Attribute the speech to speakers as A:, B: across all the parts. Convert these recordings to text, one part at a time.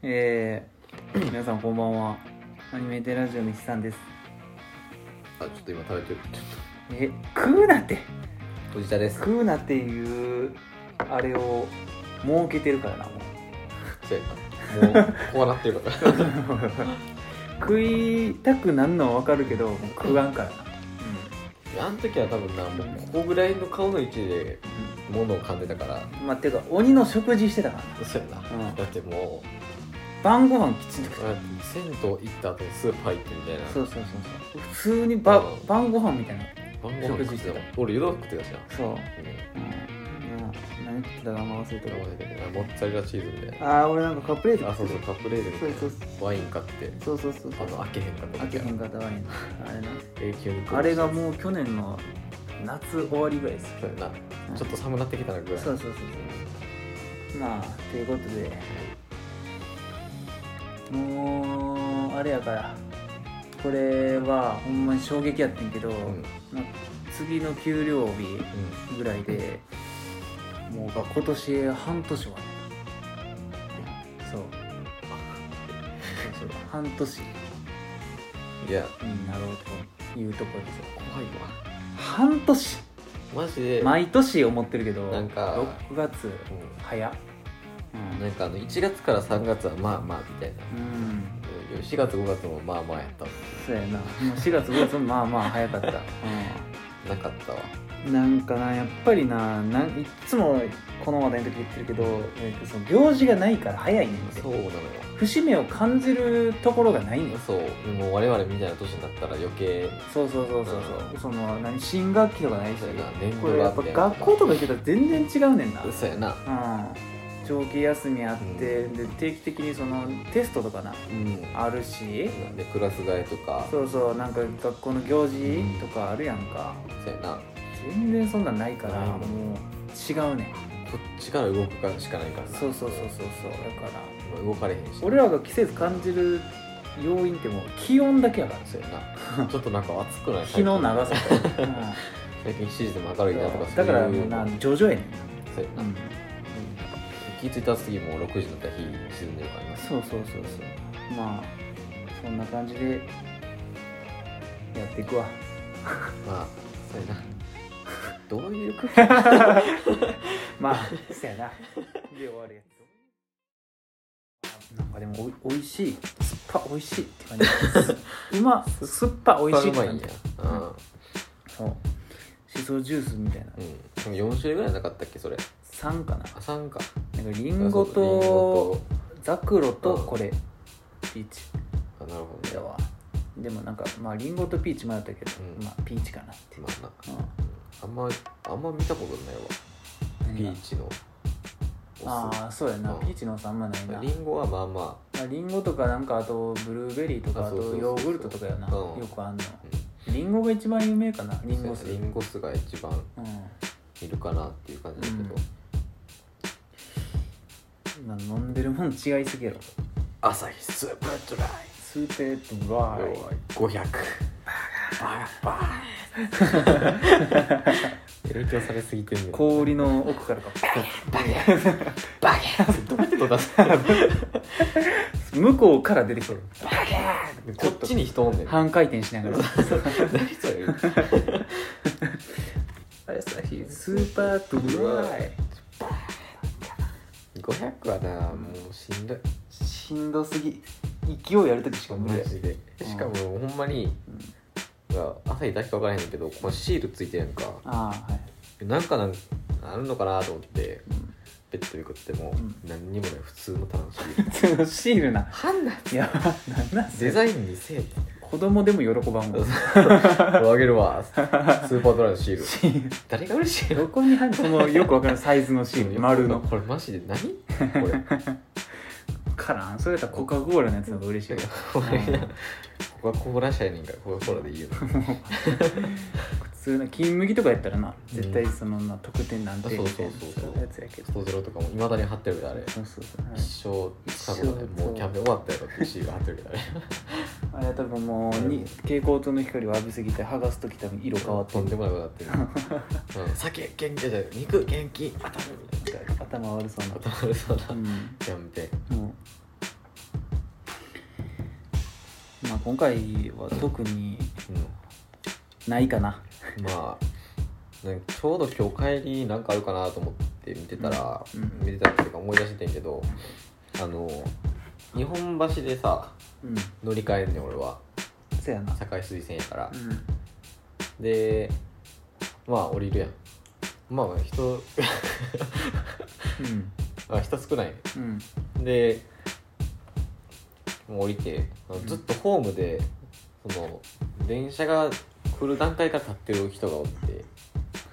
A: えー、皆さんこんばんはアニメーテラジオの石さんです
B: あちょっと今食べてるちょっ
A: え食うなって
B: と藤田です
A: 食うなっていうあれを設けてるからなもう
B: そうやなもうこうなってるから
A: 食いたくなんのはわかるけどもう食わんからな
B: あの時は多分なもうここぐらいの顔の位置で物を噛んでたから
A: うんまあていうか鬼の食事してたからな
B: そうやな、
A: うん
B: だっても
A: 晩ご飯きちんと
B: う
A: 食う
B: だって銭湯行った後にスーパー行ってみたいな
A: そうそうそうそう普通にば
B: うん
A: 晩ご飯みたいな
B: 晩ご飯食ってたもん
A: 食
B: 俺湯豆腐食ってたしな
A: そう
B: うん
A: うんな何食ってたかあんま忘れてる
B: 名前だけどなモッツァレラチーズみたいな
A: ああ俺なんかカップレーゼ
B: あそう
A: 作
B: そう
A: って
B: カップレーゼみたいな
A: そうそう
B: ワイン買って
A: たそうそうそう
B: あ
A: そう
B: の開けへんかった
A: 開けへん
B: か
A: かったワインあれな
B: 永久に
A: あれがもう去年の夏終わりぐらいですよ
B: そうやなちょっと寒なってきたなぐらい
A: そうそうそうそうまあということでもうあれやからこれはほんまに衝撃やってんけど、
B: うんうん
A: まあ次の給料日ぐらいでもうが今年半年はねそうそうそう半年
B: いや
A: になろうというところですよ
B: 怖いわ
A: 半年
B: マジで、
A: 毎年思ってるけど
B: なんか
A: 6月
B: う
A: 早っ
B: んなんかあの1月から3月はまあまあみたいな
A: うん、うん、
B: 4月5月もまあまあやったわ
A: そうやなもう4月5月もまあまあ早か った、
B: なかったわ
A: うん、なんかなやっぱりななんいっつもこの話題の時言ってるけど、えっとその行事がないから早いねんて
B: そうなのよ
A: 節目を感じるところがないんよ
B: そうでも我々みたいな年になったら余計
A: そうそうそうそうそうその何新学期とかないし
B: そうやな年
A: こ
B: 度
A: れや
B: が
A: っぱ
B: みたいな
A: 学校とか行ってたら全然違うねんな
B: そうやな
A: うん長期休みあって、で定期的にそのテストとかな
B: うん
A: あるし
B: でクラス替えとか
A: そうそうなんか学校の行事とかあるやんか、
B: そうやな
A: 全然そんなんないから
B: ない
A: も
B: もん
A: う違うね
B: こっちから動くかしかないからな
A: そうそうそうそうそうだから
B: 動かれへんし
A: 俺らが季節感じる要因ってもう気温だけやから
B: そうやな ちょっとなんか暑 くない
A: 日の長さと、 うん
B: 最近7時でも明るいなとか
A: だから
B: そうい
A: もう
B: う
A: な徐々やねん
B: そうやな気付いたら次もう6時になったら日沈んでるからな
A: そうそうそうそうまあそんな感じでやっていくわ
B: まあそう やなどういうこと
A: まあそやなで終わるやつなんかでもおいおいしい酸っぱおいしいって感 じ今酸っぱおいしい
B: っ
A: って
B: ぱ
A: 感
B: うまいん
A: じ
B: やうん、うん
A: そうしそジュースみたいな
B: でも4種類ぐらいなかったっけそれ
A: 酸かな
B: あ3か
A: なんかリンゴとザクロとこれピーチ
B: あなるほ
A: だ
B: どね
A: わでもなんかまあリンゴとピーチ迷ったけど、
B: うん
A: まあピーチかなっていう
B: まあな
A: うん
B: あんまあんま見たことないわピーチの
A: あ
B: お
A: あそうやな、
B: うん
A: ピーチのさんまないな
B: 酢リンゴはまあまあ
A: まあリンゴとかなんかあとブルーベリーとか
B: あ
A: あ
B: そ
A: と
B: うそうそう
A: ヨーグルトとかやな
B: うん
A: よくあんの
B: うん
A: リンゴが一番有名かなリンゴ
B: そ
A: 酢
B: うやなリンゴ酢が一番
A: う
B: いるかなっていう感じだけど、
A: うんんまあ飲んでるもん違いすぎやろ
B: 朝日スーパードライ
A: スーペードライ
B: 500バー バ ー影響されすぎてんねん
A: 氷の奥からか
B: バゲバゲどっと出す
A: 向こうから出てくる
B: こっちに人おんねん
A: 半回転しながら
B: 何それ朝日
A: スーパードライ
B: 500はなもうしんどい
A: しんどすぎ勢いやるときしか無理や
B: マジで
A: うん
B: しかもほんまに朝日だけか分からへんねんけどこのシールついてるやんか
A: ああはい
B: なんかなんあるのかなと思って
A: うん
B: ペットめくっても
A: うん
B: 何にもない普通のタンシール
A: その シールな
B: 判断
A: いやなんなん
B: デザインにせえ
A: 子供でも喜ばんわ
B: あげるわスーパードライのシール
A: シール
B: 誰が嬉しい の
A: どこに入るそのよくわからんサイズの シール丸の
B: これマジで何これ
A: からんそれやったらコカ・コーラのやつの方が嬉しいよ
B: コカ・コーラ社やねんからコカ・コーラでいいよな
A: 普通の金麦とかやったらな絶対そのな特典なんて
B: そう
A: み
B: そ
A: たいうな
B: そうそう
A: そういうやつやけど
B: ストゼロとかもいまだに貼ってるけどあれ
A: そうそうそうはい
B: 一生使うことないもうキャンペーン終わったやろってシール貼ってるけどあれ
A: あれは多分もうに蛍光灯の光を浴びすぎて剥がす時多分色変わって
B: とんでもないことになってる、うん、酒元気じゃない肉元気当たるみたいな
A: 頭悪そうな
B: 頭悪そうな
A: うん
B: キャンペーン
A: も今回は特に
B: う
A: ないかな。
B: ん、まあなんかちょうど今日帰りなんかあるかなと思って見てたら、
A: うんうん
B: 見てたっていうか思い出してんけどあの日本橋でさ
A: うん。
B: 乗り換えんねん俺は
A: そやな。
B: 堺水線やから
A: う、ん。
B: でまあ降りるやんまあまあ人
A: うん。
B: あ人少ないね
A: うん。
B: でもう降りて
A: ん
B: ずっとホームでその電車が来る段階から立ってる人がおって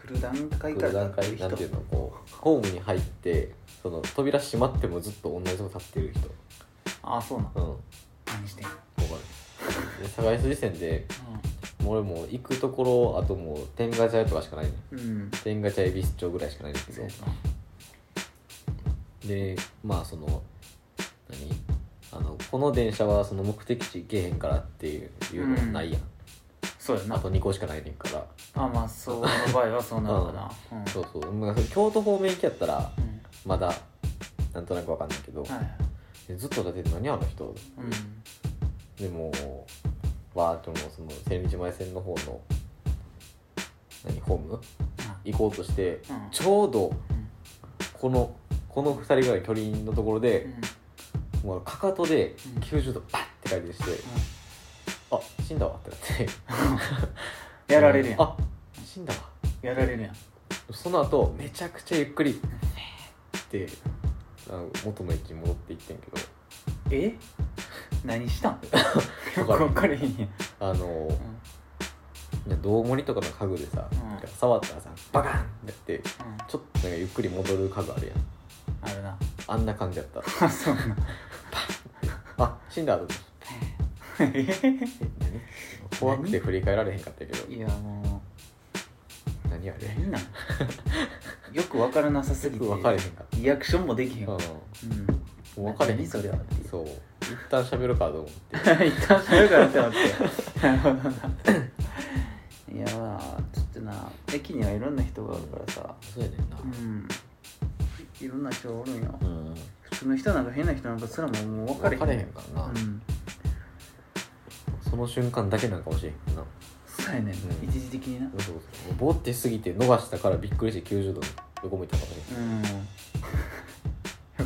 A: 来る段階
B: 来
A: か
B: る
A: ら
B: 段階なんていうのこうホームに入ってその扉閉まってもずっと同じとこ立ってる人
A: ああ、そうなん。
B: うんわ
A: 何してんの
B: かるで堺筋線でもう俺もう行くところあともう天下茶屋とかしかないね
A: うん。
B: 天下茶屋恵比寿町ぐらいしかないんだけ
A: そ
B: ど
A: うや
B: でまあその何あのこの電車はその目的地行けへんからっていういうのはないやん、
A: な。そうやな
B: あ。と2個しかないねんから
A: あまあそうの場合はそうなるかなうん
B: そうそう、まあ、京都方面行きやったら
A: うん
B: まだなんとなくわかんないけど、
A: はい
B: でずっとだって何あの人、
A: うん
B: でもわーっともうその千日前線の方の何ホーム行こうとして、
A: うん
B: ちょうど
A: うん
B: このこの2人ぐらいの距離のところで、もうかかとで
A: うん
B: 90度パッて回転して、あ死んだわってなって
A: やられるやん
B: あ死んだわ
A: やられるやん
B: その後めちゃくちゃゆっくりってあの元の駅に戻っていってんけ
A: え何したん
B: ど
A: よく分かれへんやん
B: あの、
A: うん
B: ね銅盛りとかの家具でさ、
A: うん
B: 触ったらさバカンってやって
A: うん
B: ちょっとなんかゆっくり戻る家具あるやん
A: あるな
B: あんな感じ やった
A: あそうな
B: あ死んだと思ってえ何怖くて振り返られへんかったけど
A: いやも
B: 何あ
A: う
B: れ
A: 何なんよく分からなさすぎて
B: 分かれへんかった
A: リアクションもできへん
B: うん
A: わうん
B: もう分かれへんかっ
A: 何それはってい
B: た
A: う
B: そう一旦喋るかと思って
A: 一旦しゃべるからって思ってなるほどないやまあちょっとな駅にはいろんな人がおるからさ
B: そうやねんな
A: うんいろんな人がおるんよ
B: うん
A: 普通の人なんか変な人なんかすらももう分かれ
B: 分
A: へん
B: かれへんからな、
A: うん
B: その瞬間だけなんかもしれへんけどな
A: そうやねん、
B: うん
A: 一時的にな
B: そうそうそうボーってしすぎて逃したからびっくりして90度に横向いたのかもしれ
A: うん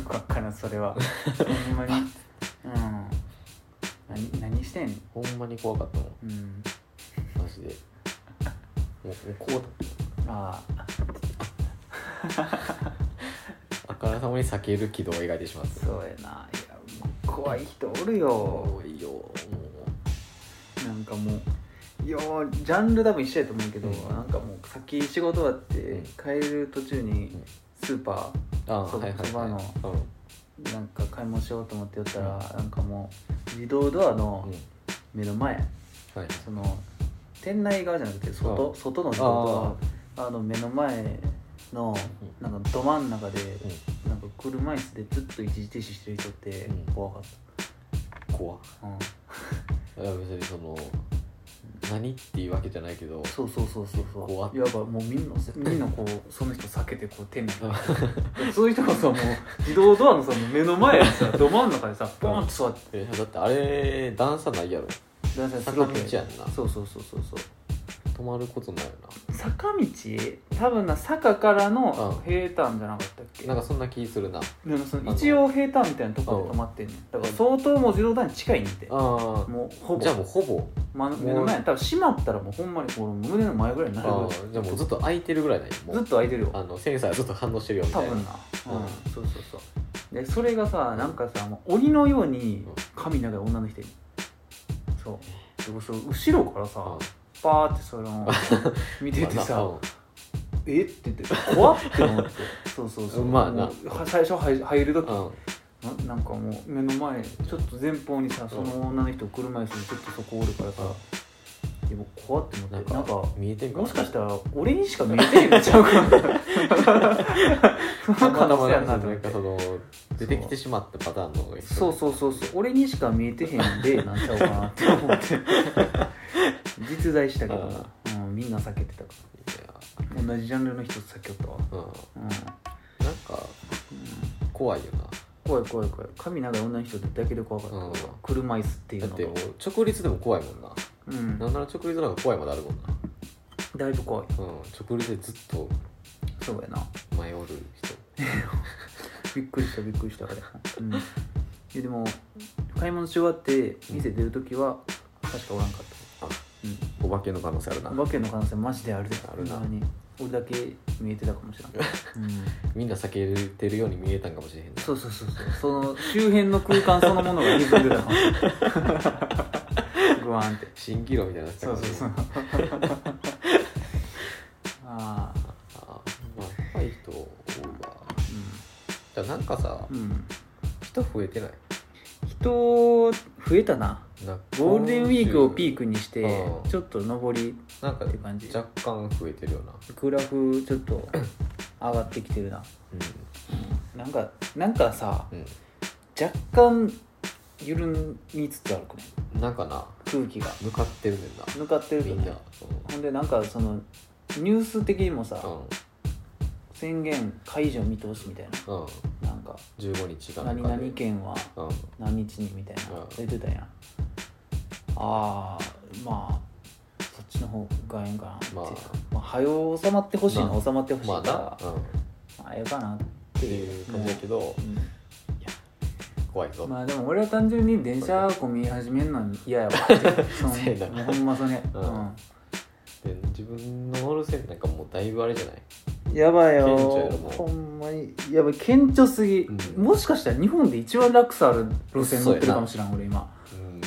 A: よく分からんそれはほんまにうん何何してんの
B: ないほんまに怖かったもん
A: うん
B: マジでもうもうこう
A: ああ
B: あからさまに避ける軌道を描いてしまって
A: そうやないや怖い人おるよ
B: 多いよも
A: なんかもういやージャンル多分一緒やと思うけど、
B: うん
A: なんかもう先仕事終わって、
B: うん
A: 帰る途中に
B: うん
A: スーパ
B: うああ
A: そ
B: はいはい
A: そばの
B: はい
A: ーなんか買い物しようと思って寄ったら、なんかもう自動ドア
B: うん、
A: の
B: うん、
A: 目の前、
B: はい
A: その店内側じゃなくて外、
B: あ
A: 外の自動ドアあの目の前のなんかど真ん中で、なんか車椅子でずっと一時停止してる人って
B: うん
A: 怖かっ
B: うん怖い
A: た、うん、
B: や別にその何っていうわけじゃない けど
A: そうそうそうそうそう
B: 怖っ
A: いわばもうみんなみんなこうその人避けてこう店内そういう人がさもう自動ドアのさ目の前にさど真ん中でさボーンと座って
B: えだってあれ段差ないやろ
A: 男性
B: 坂道やんな
A: そうそうそうそうそう
B: 止まることないよ
A: 坂道多分な坂からの
B: うん
A: 平坦じゃなかったっけ
B: ななんかそんな気するな
A: でもそ
B: あの
A: の一応平坦みたいなとこで止まってんねんだから相当もう自動ドアに近いんで
B: あ
A: もうほぼ
B: じゃあもうほぼ
A: ま目の前多分閉まったらもうほんまにこの胸の前ぐらいになるぐら
B: あ
A: い
B: ーじゃあもうずっと空いてるぐらいだよも
A: ずっ
B: う
A: と開いてるよ
B: あのセンサーずっと反応してるよみ
A: 多
B: たいな
A: 分な、
B: うん
A: そうそうそうでそれがさなんかさもう鬼のように髪長い女の人いるそうでその後ろからさ、
B: うん
A: パーって その見てて
B: まあ
A: さ
B: うん
A: 「えっ?」て言って怖っって思って そうそうそう
B: まあな
A: もうは最初入入る時
B: うん
A: ななんかもう目の前ちょっと前方にさその女の人車椅子でちょっとそこおるからさでも怖って思
B: な
A: っ
B: ん
A: てなん
B: か
A: か
B: 見えてんか
A: もしかしたら俺にしか見えてへんのちゃう かなそ
B: た
A: の可
B: また
A: 能
B: ま
A: 性や
B: なん
A: な
B: か
A: と
B: そ
A: 思って
B: の出てきてしまったパターンの方がいい
A: そうそうそうそう俺にしか見えてへんでなんちゃうかなって思って実在したけどな、うん、みんな避けてたか
B: い
A: ら
B: や
A: 同じジャンルの人避けよったわ
B: うん
A: うん、
B: なんか怖いよな
A: 怖い怖い怖い髪長い女の人だけで怖かった、
B: うん
A: 車椅子っていう
B: だっ
A: の
B: ても
A: が
B: う直立でも怖いもんな
A: うん
B: なんなら直立なんか怖いまであるもんな
A: だいぶ怖い
B: うん直立でずっと
A: そうやな
B: 迷う人
A: びっくりしたびっくりしたあれ、うん、いやでも買い物し終わって店出るときは確かおらんかった
B: あ
A: うん
B: お化けの可能性あるな
A: お化けの可能性マジであるで
B: あるな
A: ほんまに俺だけ見えてたかもしれない、 うん、
B: みんな避けてるように見えたんかもしれへんな
A: そうそうそうそうその周辺の空間そのものが歪んでたのグワーンって
B: 蜃気楼みたいになってた
A: そう
B: かもし
A: そう
B: れん
A: そう ああ
B: あーまあ怖い人多いわじゃあなんかさ
A: うん、うん、
B: 人増えてない
A: 人増えたな
B: なんか
A: ゴールデンウィークをピークにして
B: うん
A: ちょっと上り
B: なんか
A: って感じ
B: 若干増えてるよな
A: グラフちょっ と上がってきてるななんかなんかさ
B: うん、
A: 若干緩みつつあるくない
B: うん、なんかな
A: 空気が
B: 向かってるねんな
A: 向かってる
B: み
A: と
B: ん
A: ね
B: な
A: ほんでなんかそのニュース的にもさ、
B: う
A: 宣言解除見通しみたい
B: んうん
A: ななんか
B: 15日が
A: 何々県は
B: うん
A: 何日にみたいな
B: うん
A: 出てたやんあーまあそっちの方がええんかなって、
B: ま
A: ま
B: あ
A: あ、早う収まってほしいの
B: まあ
A: は収まってほしい
B: まあ
A: から、ま
B: な、うん、っ
A: あ、ええかなって
B: いう感じだけど、怖いぞ、
A: まあでも俺は単純に電車混み始めるの嫌やわっていうその
B: せや
A: も
B: な
A: うほんまそれ、
B: う
A: うんん
B: で自分の乗る線なんかもうだいぶあれじゃない
A: やばい
B: 顕著や
A: よ
B: ろもう
A: ほんまにやばい顕著すぎ、
B: うん
A: もしかしたら日本で一番落差ある路線乗ってるかもしれん俺今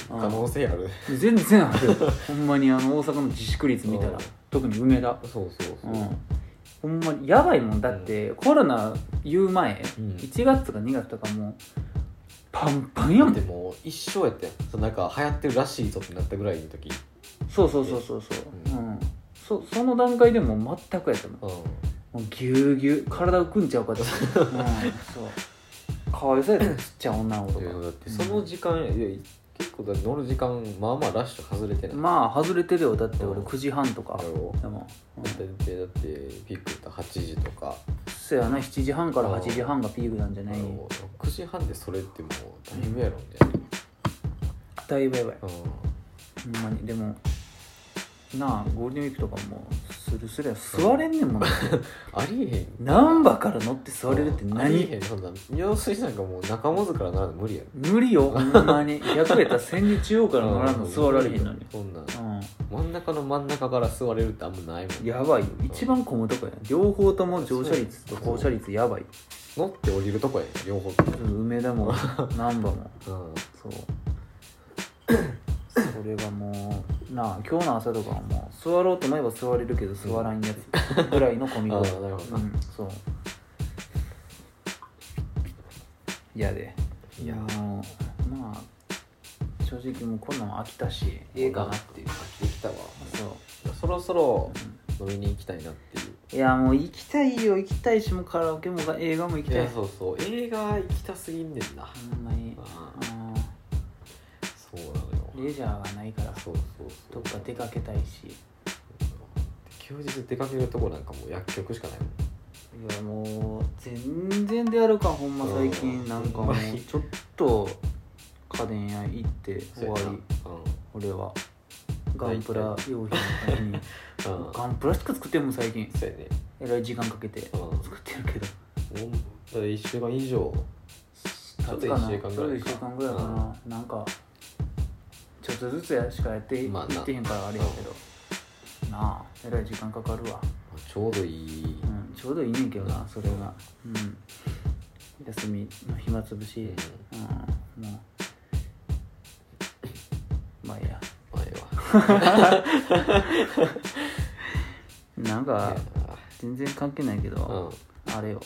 B: うん、可能性ある、
A: 全然 あるよほんまにあの大阪の自粛率見たら、
B: うん
A: 特に梅田
B: そうそう
A: う
B: そう、
A: んほんまにやばいもんだって、コロナ言う前、
B: うん
A: 1月とか2月とかもうパンパンやもん
B: でも一生やってんそうなんか流行ってるらしいぞってなったぐらいの時、
A: そうそうそうそうそう
B: う
A: うんん、そその段階でもう全くやったもん
B: うん、
A: もうぎゅうぎゅう体浮くんちゃうかって、うん、そうかわいそうやったちっちゃい女の子と
B: い
A: か
B: やだってその時間、いや結構だって乗る時間まあまあラッシュ外れてない、
A: まあ外れてるよだって俺
B: うん
A: 9時半とか
B: だろ
A: でも、うん
B: だってだってピークった8時とか
A: そやな7時半から8時半がピークなんじゃ
B: あ
A: ない
B: の9時半でそれってもうだいぶやろみたい
A: だいぶやばい
B: な、
A: ほんまにでもなあゴールデンウィークとかもスルスルや座れんねんもん、
B: ありえへん
A: 難波から乗って座れるって
B: ありえ
A: 何
B: へんそんな用水なんかもう中本からなら無理やろ
A: 無理よほんまに逆やったら千里中央から乗ら んの座られへんのに
B: そんなん
A: う
B: 真ん中の真ん中から座れるってあんまないもん
A: んやばいよ一番混むとこや両方とも乗車率と
B: そう
A: 降車率やばい
B: 乗って降りるとこやね両方とも
A: 梅田 も難波も
B: うん
A: そう それがもうなあ今日の朝とかはもう座ろうと思えば座れるけど座らんやつ ぐらいの混み具合
B: あーなるほど
A: う
B: なん
A: そう嫌でいやーまあ正直もうこんなん飽きたしええかなっていう
B: 飽きてきたわ
A: そ
B: そろそろ飲みに行きたいなっていう
A: ういやもう行きたいよ行きたいしもうカラオケも映画も行き
B: い
A: たい
B: やそうそう映画行きたすぎんねんな
A: ほんまに
B: あ
A: う
B: そうなの
A: ん
B: よ
A: レジャーがないから
B: そうそうそ
A: ど
B: う
A: っか出かけたいし
B: 休日出かけるとこなんかもう薬局しかないもん
A: いやもう全然であるかほんま最
B: う
A: 近
B: ん
A: なんかも
B: ほ
A: うん
B: まに
A: ちょっと家電屋行って終わ
B: そうや
A: り俺はガンプラ用品のために
B: な うんうん
A: ガンプラしか作ってんもん最近
B: そうやね
A: えらい時間かけて
B: うん
A: 作ってるけど
B: もうだ1週間以上ちょっ
A: 経つ
B: と
A: かな
B: 一週間ぐらいか
A: ちょっと一週間ぐらいかななんかちょっとずつやしかやってい
B: まあな
A: ってへんからあれやけどなあえらい時間かかるわ
B: ちょうどいい、
A: うんちょうどいいねんけどなそれがうん休みの暇つぶし、
B: うん
A: うんもうまあいいや
B: 前は
A: なんか全然関係ないけ
B: うん
A: ど、あれよ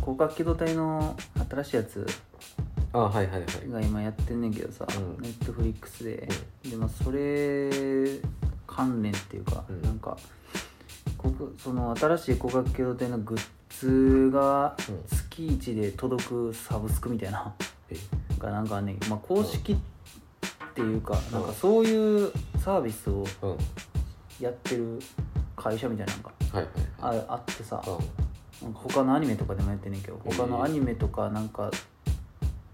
A: 広角機動隊の新しいやつ
B: あはいはいはい
A: が今やってんねんけどさ、
B: うん
A: ネットフリックスで、でまあそれ関連っていうか、
B: うん
A: なんかここその新しい広角機動隊のグッズが
B: うん
A: 月1で届くサブスクみたいな、
B: え
A: がなんかねんけど、まあ、公式っていうか、
B: ん
A: なんかそういうサービスを
B: うんはい
A: やってる会社みたいなのが
B: はいはい
A: ああってさ、
B: うん
A: なんか他のアニメとかでもやってんねんけど
B: えー
A: 他のアニメとかなんか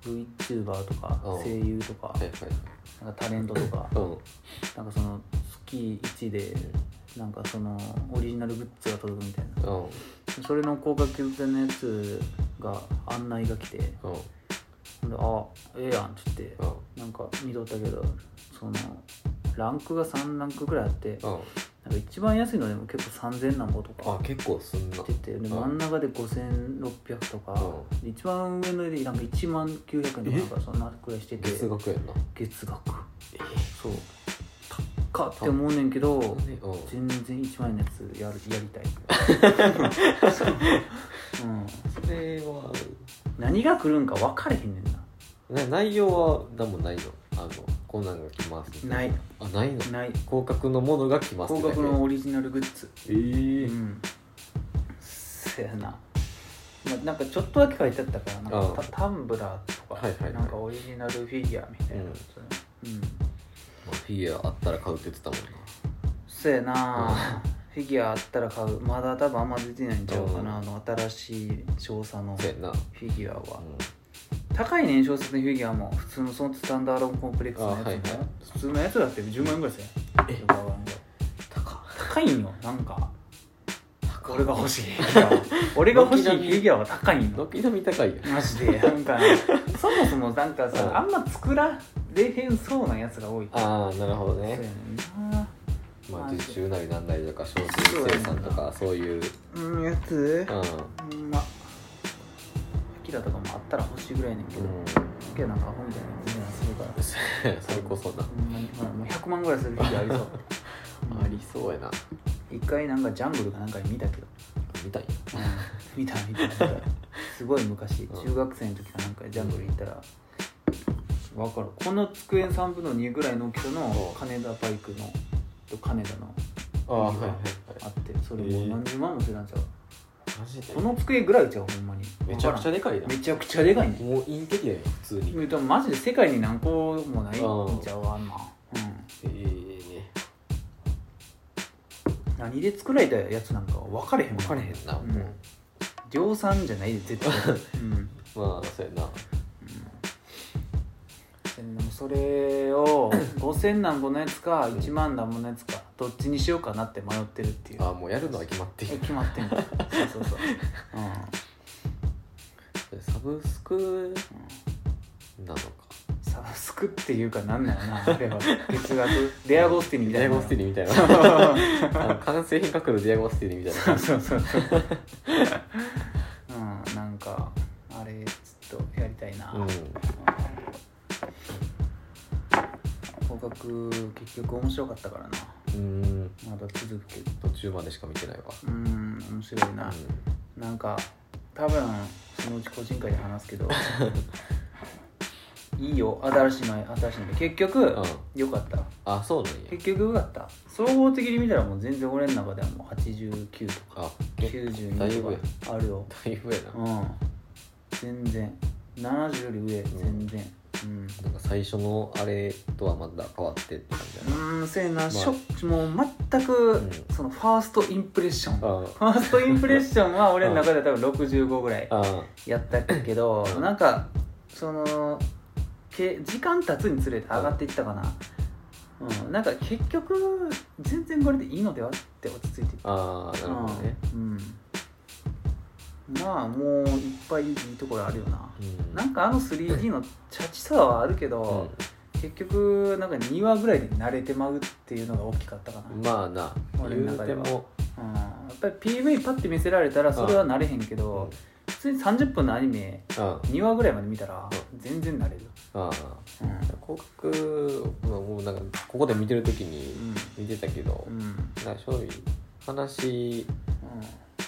A: VTuber とか
B: うん
A: 声優とか
B: はいはい
A: なんかタレントとか
B: うんうん
A: なんかその月1でなんかそのオリジナルグッズが届くみたいなそれの高額級のやつが案内が来て
B: うん
A: ほんで「あええやん」っつって
B: うん
A: なんか見とったけどそのランクが3ランクぐらいあって
B: うん
A: なんか一番安いのでも結構3000なんぼと
B: あ
A: か
B: 結構すんな
A: 出ててで
B: ん
A: 真ん中で5600とか
B: う
A: で一番上のでなんか1万900円とかなんかそんなくらいしてて
B: 月額やんな
A: 月額そう高っって思うねんけど
B: うん
A: 全然1万円のやつやるやりたい うん、
B: それは
A: 何が来るんか分かれへんねんな
B: な内容は何もないのあのこんなんが来ますみた
A: ない
B: なあないの
A: ない
B: 広角のものが来ます
A: 高
B: ってだけ
A: 額のオリジナルグッズ
B: ええ
A: うんそやな、まあ、なんかちょっとだけ書いてあったからなんか
B: ああ
A: タタンブラーとか、
B: はいはいはい
A: なんかオリジナルフィギュアみたいなやつ、うん
B: まあフィギュアあったら買うって言ってたもんな
A: そやなフィギュアあったら買うまだ多分あんま出てないんちゃうかなあの新しい少佐の
B: そうやんな
A: フィギュアは
B: う
A: 高いね小説のフィギュアも普通のそのスタンダードコンプレックスのやつも、
B: あはいはい
A: 普通のやつだって10万円ぐらいですよ
B: え
A: 横浜の
B: 高
A: 高いんよなんか
B: 高
A: 俺が欲しいフィギュアは俺が欲しいフィギュアは高いんよ
B: 軒並み高いやん
A: マジでなんかそもそもなんかさ、
B: うん
A: あんま作られへんそうなやつが多いそう
B: ああなるほど
A: や
B: ね
A: ねんな
B: まあ
A: マジで
B: 実習なりなんなりとか小説生産とかそういう
A: うんやつ
B: うん
A: うんまあアキラとかもあったら欲しいぐらいねんけど、
B: うん
A: アキラなんかアホみたいなやつにはするから
B: それこそな
A: ほんまにほらもう100万ぐらいするフィギュアありそううん
B: ありそうやな
A: 一回なんかジャングルかなんかに見た けど、
B: 見たい
A: 見た見た見たすごい昔
B: うん
A: 中学生の時かなんかでジャングル行ったら、わかるこの机の3分の2ぐらいの大きさの
B: うん
A: 金田バイクのと金田の
B: あ
A: あ
B: あ
A: は
B: はいい
A: は
B: はいい
A: は
B: はいい
A: あってそれもう何十万もするなんちゃう、
B: マジで
A: この机ぐらいちゃうほんまに
B: めちゃくちゃ
A: わ
B: でかい
A: から
B: な
A: め
B: ん
A: ちゃくちゃでかいね
B: もうインテリアやん普通に
A: でもマジで世界に何個もない
B: うん
A: んちゃうあんなうん
B: ええ
A: 何で作られたやつなんか分かれへん
B: 分かれへんな
A: うん
B: もう
A: 量産じゃないで絶対、うん
B: まあそうやな
A: でもそれを5000なんぼのやつか1万なんぼのやつかどっちにしようかなって迷ってるっていう
B: ああもうやるのは決まって
A: え
B: いる
A: 決まってんのそうそう そう、うんうん、
B: サブスクなのか
A: サブスクっていうかなんだよなあれは月 額デアゴスティニみた
B: デ
A: い
B: ア
A: な
B: ゴ スティニみたいなあの完成品格のデアゴスティニみたいな
A: そう
B: 感じ
A: そうそうそううんなんかあれちょっとやりたいな、
B: うん
A: 合格結局面白かったからな
B: うん
A: まだ続くけど
B: 途中までしか見てないわ
A: うん面白いな、
B: う
A: なんか多分そのうち個人会で話すけど いいよ新しいの新しいの結局、
B: ん、うん、
A: よかった
B: あそうなんや
A: 結局よかった総合的に見たらもう全然俺の中ではもう89とか
B: あけだい
A: 92
B: ぶや
A: とかあるよ
B: だいぶやな
A: うん全然70より上全然うん
B: なんか最初のあれとはまだ変わってって感じや
A: うー
B: な
A: んせやな、
B: あ
A: しょもう全く、
B: ん
A: そのファーストインプレッションフ
B: あ
A: ァーストインプレッションは俺の中では多分65ぐらい
B: あ
A: やったけど
B: うん
A: なんかそのけ時間経つにつれて上がっていったかな、うん、なんか結局全然これでいいのではって落ち着いてきた
B: ああなるほどね
A: うん、まあもういっぱいいいところあるよな、
B: うん
A: なんかあの 3D のチャチさはあるけ
B: う
A: ど、結局なんか2話ぐらいで慣れてまうっていうのが大きかったかな、
B: んまあな
A: 俺
B: 言
A: の
B: う
A: 中
B: て
A: では
B: も
A: うん、やっぱり PV パッて見せられたらそれは慣れへんけ
B: うん
A: ど、普通に30分のアニメ
B: あ
A: 2話ぐらいまで見たら
B: う
A: 全然慣れる
B: あ
A: うん
B: 広角まあもうなんかここで見てる時に見てたけど
A: うんうん
B: なんか正味話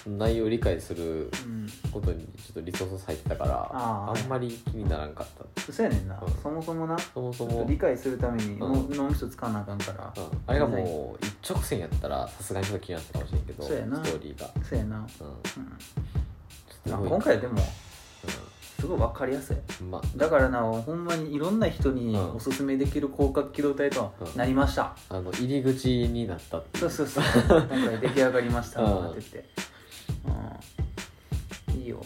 B: 内容を理解す
A: う
B: る
A: ん
B: ことにちょっとリソース入ってたから
A: あ
B: あ
A: ー
B: んまり気にならんかった
A: そうやねんな、
B: うん
A: そもそもな
B: そもそも
A: 理解するために
B: ん
A: 脳脳みそ使わなあかんから、
B: うんあれがもう一直線やったらさすがにちょっと気になったかもしれんけど
A: そうやな
B: ストーリーが、
A: そうやな、
B: うん、
A: うん
B: す
A: まあ
B: ごい
A: 今回でもすごい分かりやすい
B: うんま
A: だからなほんまにいろんな人に
B: うん
A: おすすめできる広角機動隊と
B: うん
A: なりました、
B: あの入り口に なったっていう
A: そうそうそう今回出来上がりました
B: うん
A: なってて、うんよ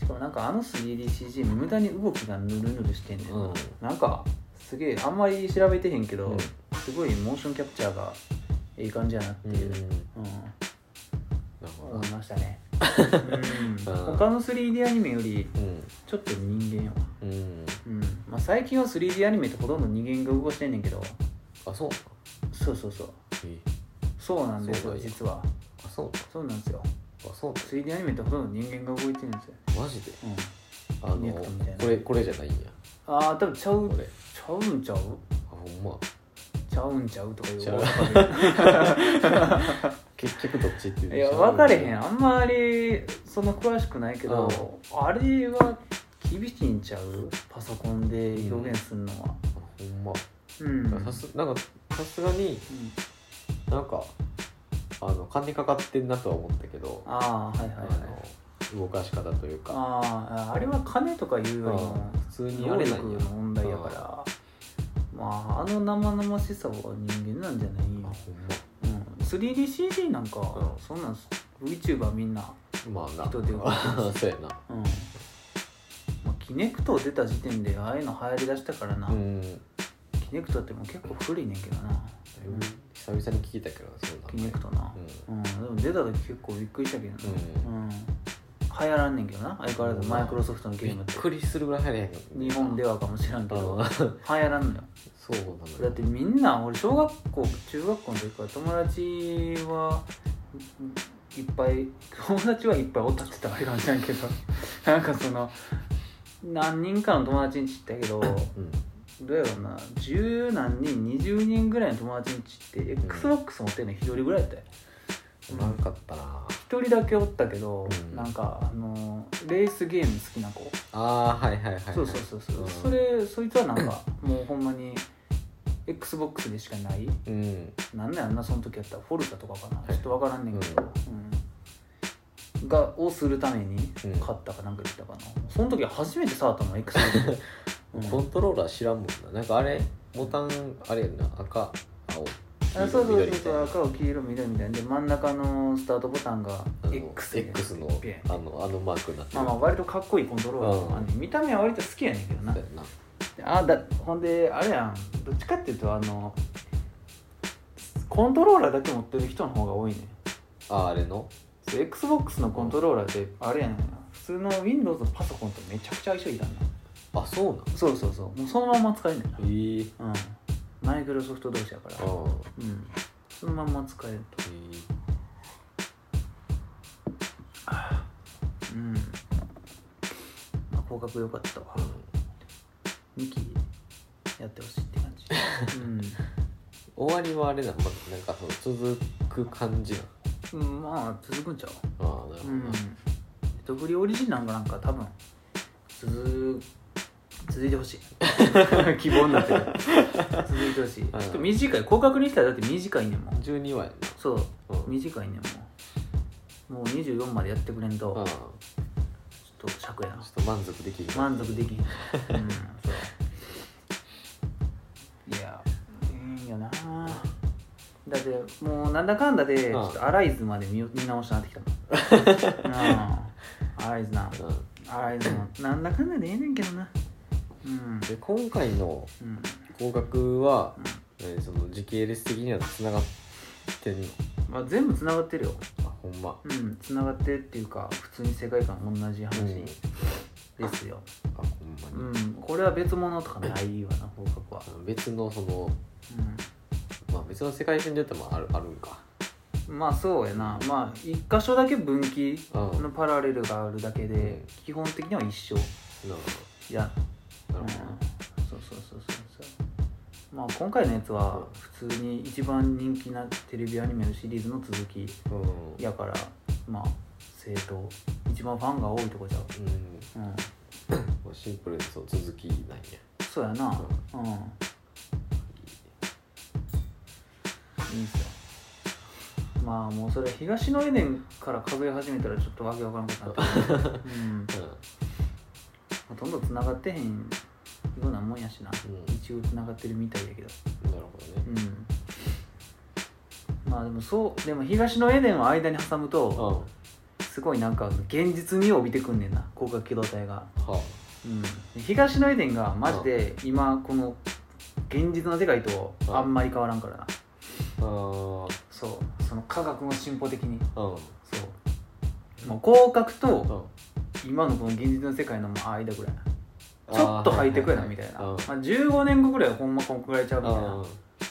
A: しかもなんかあの 3DCG 無駄に動きがヌルヌルしてんねんな、
B: うん
A: なんかすげえあんまり調べてへんけど、
B: うん
A: すごいモーションキャプチャーがいい感じやなっていう、うん
B: だか
A: 思いました ね、う
B: うん
A: ん、他の 3D アニメより
B: らうん
A: ちょっと人間やわ、
B: うん
A: うんまあ、最近は 3D アニメってほとんど人間が動かしてんねんけど
B: あそう
A: そうそうそう
B: え
A: そうなんです
B: そう
A: よ
B: なんや
A: 実は
B: あそう
A: そうなんですよ
B: あそう
A: 3D アニメってほとんど人間が動いてるんですよ、
B: マジで
A: うん、
B: あの
A: リアクトみたいな
B: これこれじゃないんや
A: ああ多分ちゃう
B: これ
A: ちゃうんちゃう
B: あほんま
A: ちゃうんちゃうとか言う
B: ちゃう 結局どっちって
A: いや分かれへ
B: ん
A: んあんまりその詳しくないけどあれは厳しいんちゃうパソコンで表現するのは
B: ほんま
A: うん、
B: さすなんかさすがに
A: うん
B: なんかあの金かかってんなとは思ったけど
A: ああはいはい
B: あ
A: はい
B: の動かし方というか
A: あああれは金とかいうよりも
B: うん普通にあ
A: 能
B: れ
A: 力
B: なん
A: の
B: や
A: 問題やからまああの生々しさは人間なんじゃない
B: あ
A: よ、
B: ほん
A: うん、3DCG なんか、
B: うん
A: そんなんす VTuber みんな
B: ままあな
A: 人手をかける
B: そうやな
A: うんまあ、キネクト出た時点でああいうの流行りだしたからな、
B: うんだい
A: キネクトってもう結構古いねんけどな、
B: ぶ久々に聞いたけどなそうな
A: キネクトな、うんでも出た時結構びっくりしたけどな、うん流行らんねんけどな相変わらずマイクロソフトのゲ
B: びっ
A: ームって
B: くりするぐらい入れへん
A: 日本で
B: は
A: はかもしらんけど
B: あー
A: 流行らんのよ
B: そうなのよ
A: だってみんな俺小学校中学校の時から友達はいっぱい友達はいっぱいおったって言ったらあれかもしれんけど なんかその何人かの友達に知ったけど
B: うん
A: どうやろうな十何人20人ぐらいの友達に知って XBOX 持ってんの1人ぐらいやったよ
B: おらんかったな
A: 1人だけおったけど、
B: うん
A: なんかあのレースゲーム好きな子、
B: あーはいはいはいはい
A: そうそうそうそう、
B: うん
A: それそいつはなんかもうほんまに XBOX でしかない
B: うん
A: なんなんやんなその時やったらフォルタとかかな、
B: い
A: ちょっとわからんねんけど、うんがをするために
B: うん
A: 買ったかなんか言ったかな、その時初めて触ったの XBOX、うん
B: コントローラー知らんもんななんかあれボタンあれやんな赤青
A: あそうそう
B: 黄色緑
A: そうそ
B: みたいうな
A: 赤を黄色緑みたいなんで真ん中のスタートボタンが
B: あの
A: X で
B: X の
A: ピン
B: あのあのマークになって
A: まあまあ割とかっこいいコントローラーとかね見た目は割と好きやねんけどな
B: そうやな
A: あだほんであれやんどっちかっていうとあのコントローラーだけ持ってる人の方が多いね
B: ああれの
A: そう XBOX のコントローラーってあれやねんな普通の Windows のパソコンとめちゃくちゃ相性いいだんね
B: あそうなん
A: そうそうそうもうそのまんま使えんねんな
B: えー、
A: うんマイクロソフト同士やから
B: あー
A: うんそのまんま使えると
B: えー
A: うんまあ広角良かったわ
B: うん
A: 2期やってほしいって感 じ
B: 終わりはあれだ、まあ、なんかその続く感じな
A: うんうんまあ続くんちゃう
B: ああなるほど
A: うん
B: な、
A: ドフリオリジナルなんか多分続続いてほしい 希望になってる続いてほしい、
B: ん
A: ちょっと短い広角にしたらだって短いねんもん
B: 12話や
A: そう、
B: うん
A: 短いねんもんもう24までやってくれんと、
B: なああ
A: ち
B: ち
A: ょっと尺や
B: ょ
A: な
B: っと満足できる
A: 満足で きへんうんそういやええんよなだってもうなんだかんだで、
B: うん
A: ちょっとアライズまで見よ見直したなってきたもんなあアライズな
B: うん
A: アライズもなんだかんだでええねんけどなうん
B: で今回の
A: うん
B: 合格は、えーその時系列的にはつながってんの
A: まあ、全部つながってるよ
B: あほんま
A: うんつながってっていうか普通に世界観同じ話
B: うん
A: ですよ
B: あほんまに、
A: うん、これは別物とかないわな合格は
B: あ、の別のその、まあ、別の世界線で言ったらまああるあるんか
A: うん、まあそうやなまあ一箇所だけ分岐
B: うん
A: のパラレルがあるだけで、
B: うん
A: 基本的には一緒
B: なる
A: いや、
B: ほど
A: うん
B: なるほどな、
A: そうそうそうそうそうまあ今回のやつは普通に一番人気なテレビアニメのシリーズの続き
B: うん
A: やからまあ正当一番ファンが多いとこじゃう
B: う
A: う
B: ん
A: ん
B: もうシンプルにそう続きなんや
A: そうやなうんいいんすよまあもうそれ東のエデンから数え始めたらちょっとわけわからんことに なってくる、うん、ほとんど繋がってへんようなもんやしな、
B: うん
A: 一応繋がってるみたいやけど
B: うんなるほどね
A: うんまあでもそうでも東のエデンを間に挟むと
B: うん
A: すごいなんか現実味を帯びてくんねんな広角機動隊が、
B: は
A: うん、東のエデンがマジで今この現実の世界とあんまり変わらんからな
B: あ
A: そうその科学の進歩的に
B: あー
A: そうもう広角
B: うんう
A: と
B: ん
A: 今のこの現実の世界のもう間ぐらい
B: あ
A: ちょっとハイテクやなみたいな、まあ、15年後ぐらいはほんまこんくらいちゃうみたいな
B: あ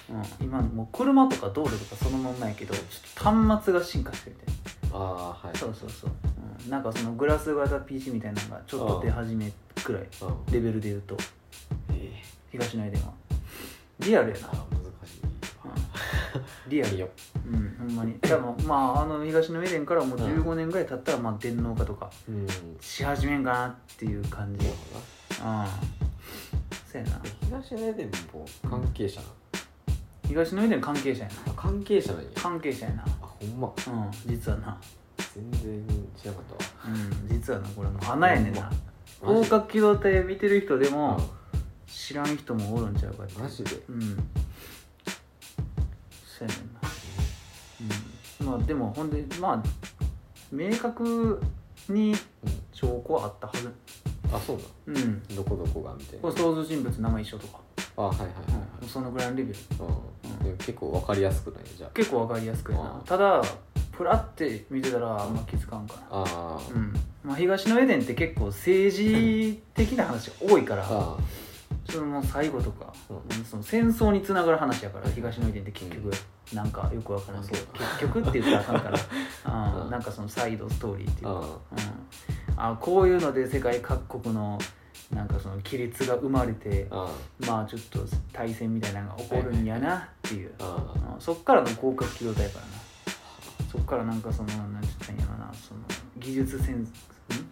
A: うん、今もう車とか道路とかそのまんまやけどちょっと端末が進化してるみたい
B: あはい
A: なそうそうそう、うん、なんかそのグラス型 PC みたいなのがちょっと出始めくらい
B: うん
A: レベルで言うと
B: え
A: 東のエデンはリアルやな
B: あ、ー難し
A: リア
B: いい
A: ル
B: いよ
A: うんほんまに多分まああの東のエデンからもう15年ぐらい経ったらまあ電脳化とか
B: うんなる
A: し始めんかなっていう感じうん
B: ほどな
A: そうやな
B: で東根でも関係者な
A: 東のエデン関係者や
B: あ関係者なんや
A: な関係者やな
B: あほんま
A: うん実はな
B: 全然知らなかったわ
A: うん実はなこれもう穴やねんな
B: マ
A: 合
B: ジ
A: 格機動隊見てる人でも
B: う
A: 知らん人もおるんちゃうかって
B: んマジで
A: うんそうやねんなうんまあでもほんでまあ明確に
B: うん
A: 証拠はあったはず
B: あそうな
A: うん
B: のどこどこがみたい
A: こ
B: な
A: れ登場人物名前一緒とか、
B: あはいはいは
A: う
B: い
A: ん
B: はい
A: そのぐらいのレベル
B: うんでも結構わかりやすくないじゃ
A: 結構わかりやすくや
B: う
A: なんただプラって見てたらあんま気づかんかな
B: ああー
A: うんまあ、東のエデンって結構政治的な話が多いから、
B: あ
A: その最後とか、
B: う
A: その戦争につながる話やから
B: うん
A: 東の意見って結局、
B: う
A: なんかよくわからんけど
B: あそう
A: 結局って言ったらあかん から、あ
B: うん
A: なんかそのサイドストーリーっていうか、
B: あ
A: うん、あこういうので世界各国のなんかその亀裂が生まれて
B: ああ
A: まあちょっと対戦みたいなのが起こるんやなっていう、
B: あ
A: うんそっからの合格機動隊やからなそっからなんかそのなんて言ったんやろなその技術戦ん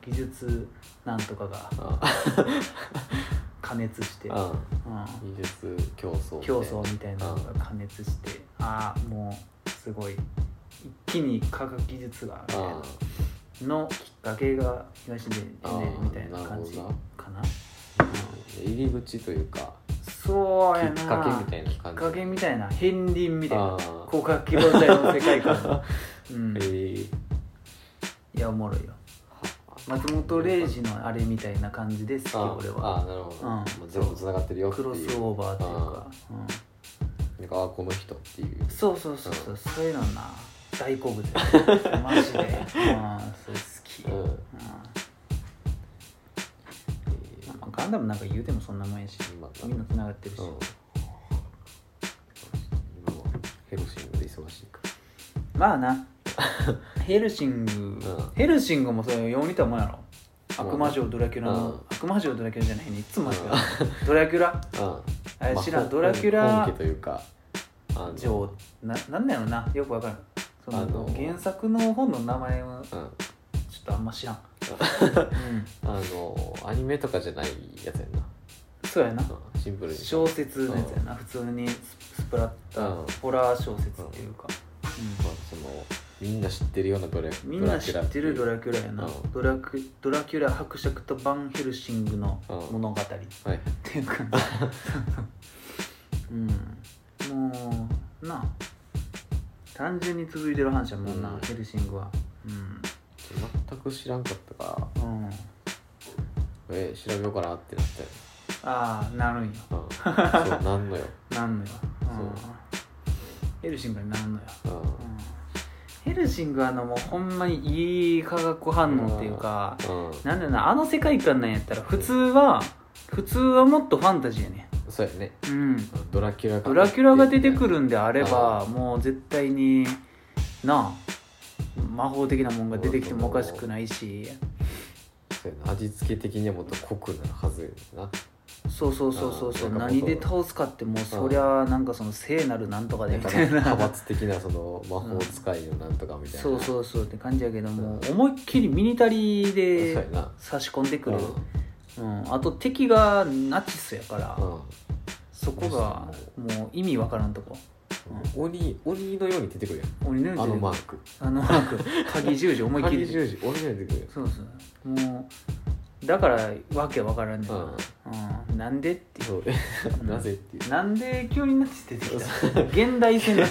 A: 技術なんとかが
B: ああ
A: 加熱して、うん、
B: あ技術競争みたいな
A: 競争みたいなのが加熱してああもうすごい一気に科学技術がみたい
B: あ
A: なのきっかけが東で
B: あー
A: みたいな感じ
B: なる
A: かな
B: あ入り口というか
A: そうやな
B: きっかけみたいな感じ
A: きっかけみたいな片鱗みたいな
B: あー
A: 広角機動隊の世界観うん
B: えー
A: いやおもろいよ松本零士のあれみたいな感じで好き
B: あ
A: 俺は
B: あなるほど、
A: うん
B: もう全部つながってるよってい
A: ク
B: う
A: ロスオーバーというか、うん、
B: なんかあこの人っていう
A: そうそうそうそう、そういうのな大好 物やマジでうんそう好き、
B: うん
A: うんまあガンダムなんか言うてもそんなもんやし
B: 今な
A: みんな繋がってるし、
B: うん今はヘロシングで忙しいか
A: まあ なヘルシング、
B: ん
A: ヘルシングもそれよう似たもんやろ
B: まあな
A: 悪魔城ドラキュラの、
B: うん
A: 悪魔城ドラキュラじゃないねいつも間違うドラキュラ
B: ら
A: あ
B: うん
A: れ
B: まあ
A: 知らん
B: 本
A: ドラキュラ
B: 本家というかあの
A: 城ななんだろうなよくわからんその
B: あの
A: 原作の本の名前はち
B: う
A: ょ
B: ん
A: っとあんま知らん、うん、
B: あのアニメとかじゃないやつやんな、
A: そうやな
B: うんシンプルに
A: 小説のやつやな普通にススプラッタ
B: うん
A: ホラー小説っていうか、
B: まあ、そのみんな知ってるようなドラ
A: うんみんな知ってるド
B: ラ
A: ラキュラやな、
B: うん
A: ドラクドラキュラ伯爵とバンヘルシングの物語って
B: キュラっていう
A: いう感じ、 うん、もうなあ単純に続いてる話やもんな、
B: うん
A: ヘルシングはうん、
B: はい全く知らんかったから
A: うん、
B: え調べようかなってなったよ
A: ああなるんよ
B: うん そうなんのよ、
A: なんのよ、うん
B: そう
A: ヘルシングになんのよ
B: うんうん
A: ヘルシングはあのもうほんまにいい化学反応っていうか、なんだろうなあの世界観なんやったら普通は普通はもっとファンタジーやね
B: そうやね
A: うん
B: ドラキュラが
A: ドラキュラが出てく
B: る
A: るんであればもう絶対になあ魔法的なもんが出てきてもおかしくないし
B: そうやな味付け的にはもっと濃くなるはずやな
A: そうそうそうそうそう
B: あーなんかも
A: 何
B: っと
A: で倒すかってもうそりゃなんかその聖なるなんとかで
B: なん
A: み
B: か
A: たいな
B: 派閥的なその魔法使いのなんとかみたいな、
A: そう
B: う
A: そうそうって感じやけども思いっきりミニタリー
B: そうや
A: で
B: な
A: 差し込んでく
B: うん
A: るうん、あと敵がナチスやから、
B: うん
A: そこがもう意味わからんとこ
B: 鬼鬼のように出てくるやん
A: 鬼のように
B: あのマ
A: 出て
B: ー
A: く
B: ク
A: るあのマーク鍵十字思いっき
B: 鍵
A: り
B: 十字鬼のように出てくる
A: そうそうもうだからわけわからんねんな、うんなんでっていう
B: そう なぜっていう
A: なんで急になって出てきた現代戦 だ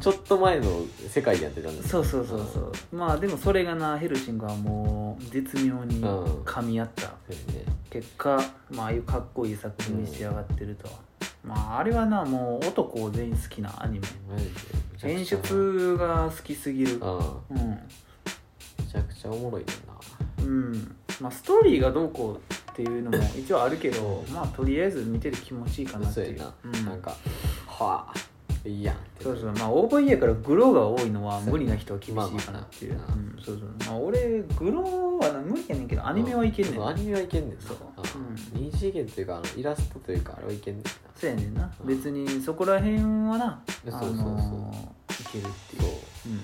B: ちょっと前の世界やってたんです
A: そうそうそうそうまあでもそれがなヘルシングはもう絶妙に
B: うん
A: 噛み合った
B: そうね
A: 結果まあああいうかっこいい作品に仕上がってると、まああれはなもう男を全員好きなアニメ
B: マジでめちゃくちゃ
A: 演出が好きすぎる
B: うん
A: うん
B: めちゃくちゃおもろいねんな
A: うんまあストーリーがどうこうっていうの も一応あるけどまあとりあえず見てて気持ちいいかなって
B: そう
A: い
B: や
A: う
B: な、
A: うん、
B: なんかはあいいやんって
A: そうそうまあ OVA やからグロが多いのは無理な人は厳しいかなっていう、
B: まあまあ
A: うん、そうそうまあ俺グロはな無理やねんけどアニメはいけんねん、
B: そうアニメはいけんねんな
A: そう
B: うん二次元というかあのイラストというかあれはいけんねんな
A: そうやねんな
B: うん
A: 別にそこら辺はな
B: そう
A: あ
B: そうそう
A: のーいけるっていう
B: そう
A: うん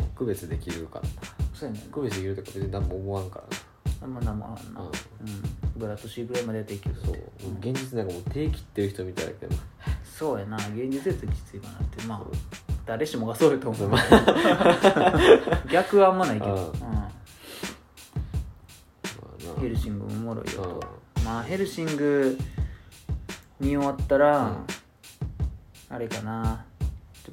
B: あの区別できるからな
A: そうやねん
B: 区別できるとか別に何も思わんからな
A: あんまなんもあんな、
B: う
A: うんんブラッド C ぐらいまでやっていけるって
B: そう
A: うん
B: 現実なんかもう手切ってる人みたいだけど
A: そうやな現実やときついかなってま
B: そう
A: あ誰しもがそうやと思
B: そう
A: う
B: まあ
A: 逆はあんまないけ
B: う
A: ど、うん、
B: まあ
A: ヘ
B: な
A: ルシングおもろいよと、
B: う
A: まあヘルシング見終わったら、
B: うん
A: あれかな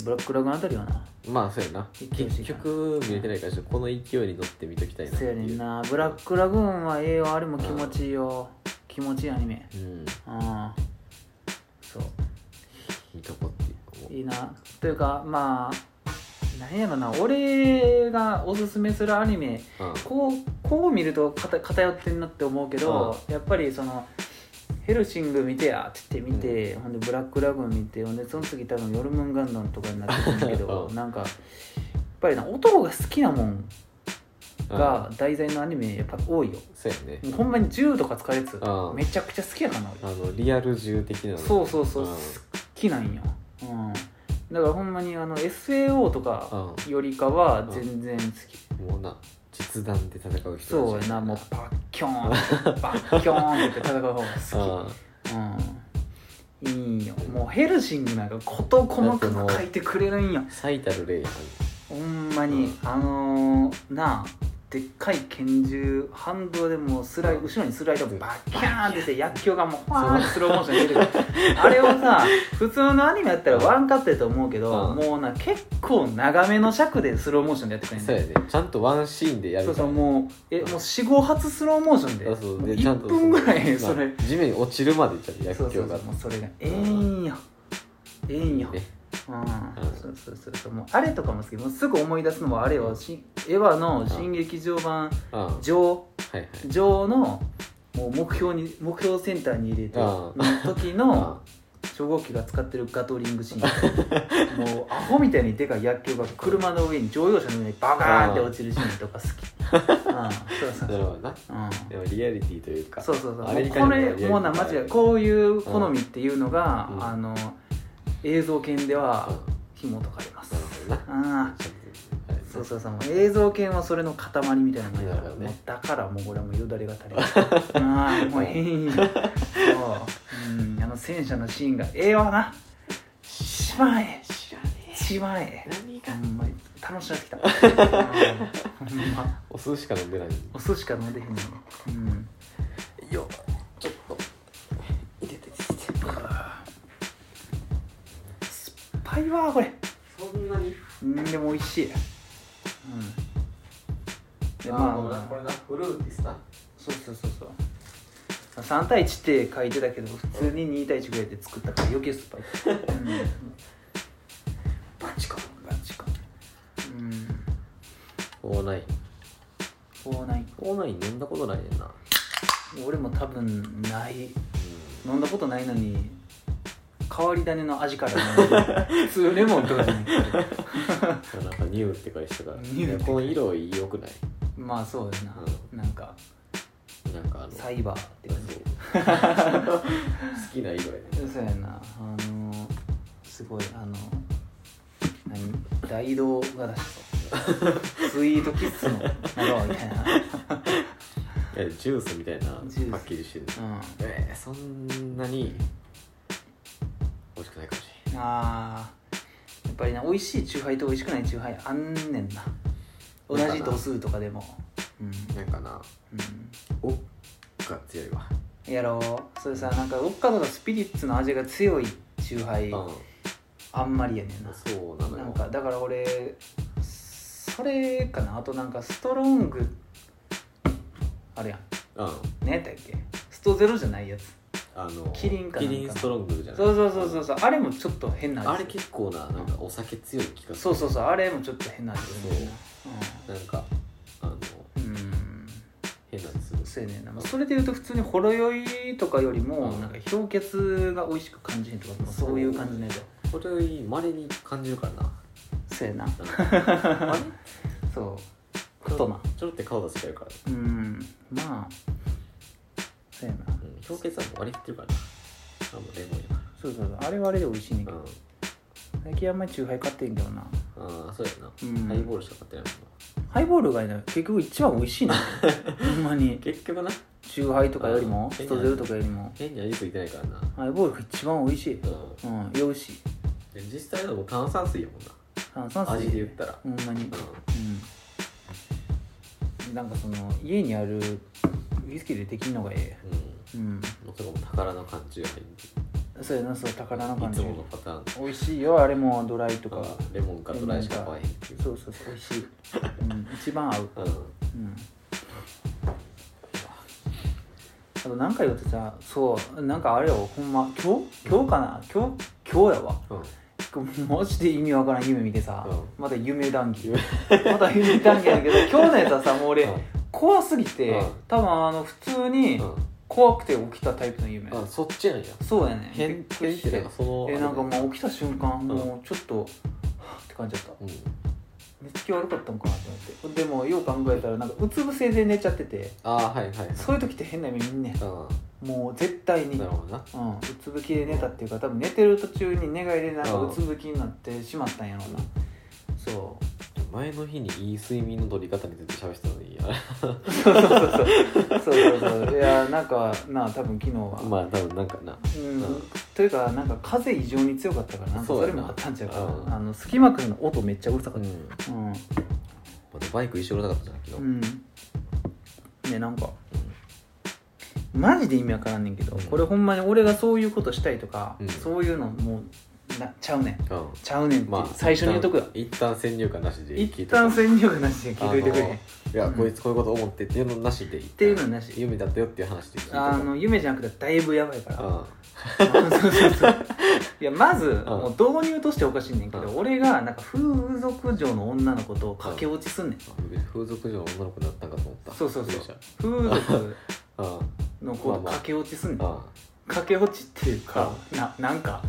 A: ブラックラグあたりはな
B: まあそうやな
A: 行ってほし
B: 結
A: いな
B: 局見れてないからちょっとこの勢いに乗って見ときたいなって
A: そうやね
B: い
A: ん
B: う
A: なブラックラグーンはええわあれも気持ちいいよ気持ちいいアニメ
B: うん
A: うんそう
B: いいとこって思う
A: いいなというかまあなんやろな俺がおすすめするアニメ
B: うん
A: こうこう見るとかた偏ってんなって思うけど、やっぱりそのヘルシング見てやって言って見て、ほんでブラックラグーン見てほんでその次多分ヨルムンガンドンとかになってくるんだけど
B: うん
A: なんかやっぱりな男が好きなもん
B: うん
A: が題材のアニメやっぱ多いよ
B: そうやね
A: もうほんまに銃とか使うやつ
B: うん
A: めちゃくちゃ好きやからな
B: あのリアル銃的な
A: 俺そうそうそう
B: うん
A: 好きなんようんだからほんまにあの SAO とかよりかは全然好き
B: もうな実弾で戦う人たち
A: そうやなもうパッキョーンパッキョーン って言って戦う方が好きうんいいよもうヘルシングなんか事細かく書いてくれるんよ
B: うん最たる例やん
A: ほんまに、
B: うん
A: あのー、なあでっかい拳銃反動でもうスライ
B: うん
A: 後ろにスライドバッキャーンってして薬莢がもうファーってスローモーションで出てくるあれをさ普通のアニメやったらワンカットやと思うけど、
B: うん
A: もうな結構長めの尺でスローモーションでやってくれん
B: そう
A: ねん
B: やねちゃんとワンシーンでやる
A: そうそう
B: う
A: もうえもう45発スローモーションで
B: あそう
A: もう
B: でちゃん
A: 1
B: と
A: 分ぐらい
B: まあ
A: それ
B: 地面に落ちるまでちゃんと
A: そ
B: 薬
A: うそうそ
B: 莢が
A: うもうそれがええんよええんよ、
B: ね
A: うん
B: うん
A: そうそうそうそうもうあれとかも好きもうすぐ思い出すのもあれはしエヴァの新劇場版
B: うんは
A: 上
B: いはい
A: 上のもう目標に目標センターに入れて
B: うん
A: の時
B: う
A: の
B: ん
A: 初号機が使ってるガトリングシーンもうアホみたいにでかい薬莢が車の上に乗用車の上にバカーンって落ちるシーンとか好きうんそう
B: な
A: そう
B: るほどな
A: そううん
B: でもリアリティというか
A: そうそうそう
B: あれに
A: もうこれ
B: 関しては
A: もうな
B: リア
A: マ
B: リ
A: ジ
B: ティ
A: でこういう好みっていうのが、
B: うん
A: あの映像研で
B: うんな
A: は紐解かれます、
B: るほどな
A: ああ
B: ちょっとあれね
A: そうそうそうもう映像研はそれの塊みたいなもんやから
B: なるほどね
A: もうだからもう俺はもうよだれが 垂れるああもうええんやそう、うん、あの戦車のシーンがええわな一番ええ
B: 知らね
A: 一番ええ
B: え何
A: ほ
B: が
A: んまに楽しくなってきた、うんほんま
B: お酢しか飲んでない
A: お酢しか飲んでへんのにうん
B: よちょっと入れて
A: 酸っぱいわこれ
B: そんなに
A: うんでも美味しいうんでまあ
B: これなフルーティスな
A: そうそうそうそう3対1って書いてたけど普通に2対1ぐらいで作ったから余計酸っぱい、うん、
B: バチコ
A: ガチかうん
B: オーナイン
A: こうない
B: オーナイン飲んだことないねんな
A: 俺も多分ない飲んだことないのに変わり種の味から 普通レモンとかじゃない
B: うんなんかニューって会社が
A: ニューって会社
B: この色良くない
A: まあそうだな、なんか
B: なんかあの
A: サイバーって感じ
B: そう好きな色やね
A: そうやなあのすごいあの何大道が出したそうスイートキッスの仲間みたいな、
B: い やジュースみたいなパ
A: ジュース
B: ッケージしてる
A: うん、
B: えー、そんなに美味しくないかもし
A: あーやっぱりな美味しいチューハイと美味しくないチューハイあんねんな同じ度数とかでもうん、
B: れんなんかな
A: うん、
B: おが強いわ
A: やろうそれさなんかウォッカとかスピリッツの味が強いチューハイ
B: うん
A: あんまりやねんな
B: そうなの
A: な
B: よ
A: んかだから俺それかなあとなんかストロングあるやん
B: うん
A: 何やったっけストゼロじゃないやつ
B: あの
A: キリンかなんか
B: キリンストロングじゃない
A: そうそうそうそうそうあれもちょっと変な味
B: あれ結構ななんかお酒強い気がす
A: そ
B: る
A: うそうそうあれもちょっと変な味するねんな
B: なんかあの
A: うんうん
B: 変な味する
A: そうやねんなまあそれでいうと普通にほろ酔いとかよりも
B: うん
A: なんか氷結が美味しく感じへんとかまあそういう感じのやつや
B: これよりまれに感じるからな
A: そうやな
B: なん かあれ
A: そうことな
B: ちょろって顔出せちゃうから、
A: うんまあそうやな
B: うん、氷結はもう割り切ってるからなあもうレモンやか
A: そうそうそうあれはあれで美味しいねんけ
B: ら
A: ど
B: うん
A: 最近あんまりチューハイ買ってんけどな
B: ああそうやな、
A: うん
B: ハイボールしか買ってないもんな
A: ハイボールがいない結局一番美味しい なほんまに
B: 結局な
A: チューハイとかよりも
B: うん
A: ストゼロとかよりも
B: 変に味付いてないからな
A: ハイボールが一番美味しい
B: うん
A: うん酔うし
B: で実際のもう炭酸水やもん
A: 炭
B: な
A: 酸水
B: 味で言ったら
A: ほんまに
B: うん
A: うんなんかその家にあるウイスキーでできんのがえ
B: うん
A: えうん
B: もうそれも宝の感じが入って
A: そうやなそう宝の感
B: い
A: じ
B: つものパターン
A: 美味しいよあれもドライとか
B: とかレモンかドライしか買わへんっていう
A: そうそうそう美味しい、うん、一番合う
B: うん
A: うんあと何回言ってさそうなんかあれよほんま今日今日かな今日今日やわ
B: うん
A: マジで意味わからん夢見てさ、
B: う
A: まだ夢談義まだ夢談義や けど今日のやつはさもう俺、
B: うん
A: 怖すぎて、
B: うん
A: 多分あの普通に
B: う
A: 怖くて起きたタイプの夢、
B: んあそっちなんや
A: そうやねび
B: 変
A: っくり
B: 変っ
A: して
B: てなんかその
A: えなんかもう起きた瞬間、
B: ん
A: もうちょっとはぁって感じだった
B: うん
A: 寝つき悪かったんかなと思ってでもよう考えたらなんかうつ伏せで寝ちゃってて
B: ああーはいはいはい
A: そういう時って変な夢見んねん
B: う
A: もう絶対に
B: んなるほどな
A: うん、うつぶきで寝たっていうか多分寝てる途中に寝返りでなんか
B: うん
A: うつぶきになってしまったんやろうなそ
B: 前の日にいい睡眠の取り方について喋ってたのにあれ
A: うそうそうそうそうそうそう そういやなんかな多分昨日は、
B: まあ多分なんかな
A: うん
B: うん
A: というかなんか風異常に強かったからなんか
B: そう
A: そ
B: や
A: れ
B: な
A: もあったんちゃうかな、
B: うん
A: あの隙間からの音めっちゃうるさか
B: う
A: っ
B: ん
A: た、
B: ま
A: うん
B: あでもバイク一緒に乗らなかったじゃん
A: う
B: 昨
A: んねなんかマジで意味わからんねんけど、
B: うん
A: これほんまに俺がそういうことしたいとか、
B: うん
A: そういうのもうなちゃうねん
B: 日うん
A: ちゃうねんって、
B: まあ
A: 最初に言っとくよ
B: 一旦先入観なしで聞い
A: 一
B: て
A: 旦先入観なしで聞いといてくれ
B: あ
A: へん
B: のいやこいつこういうこと思ってっていうのなしで言って
A: いうのなし
B: 夢だったよっていう話で聞いて
A: あの夢じゃなくてだいぶやばいか
B: う
A: ら、
B: んうん
A: そうそうそういやまず、
B: ん
A: もう導入としておかしいねんけど、
B: う
A: 俺がなんか風俗嬢の女の子と駆け落ちすんねん、
B: 風俗嬢の女の子になったんかと思った
A: そうそうそう
B: びっくりし
A: 風俗
B: たうん
A: の子と駆け落ちすんねん、
B: うん
A: 駆け落ちっていうか、ななんか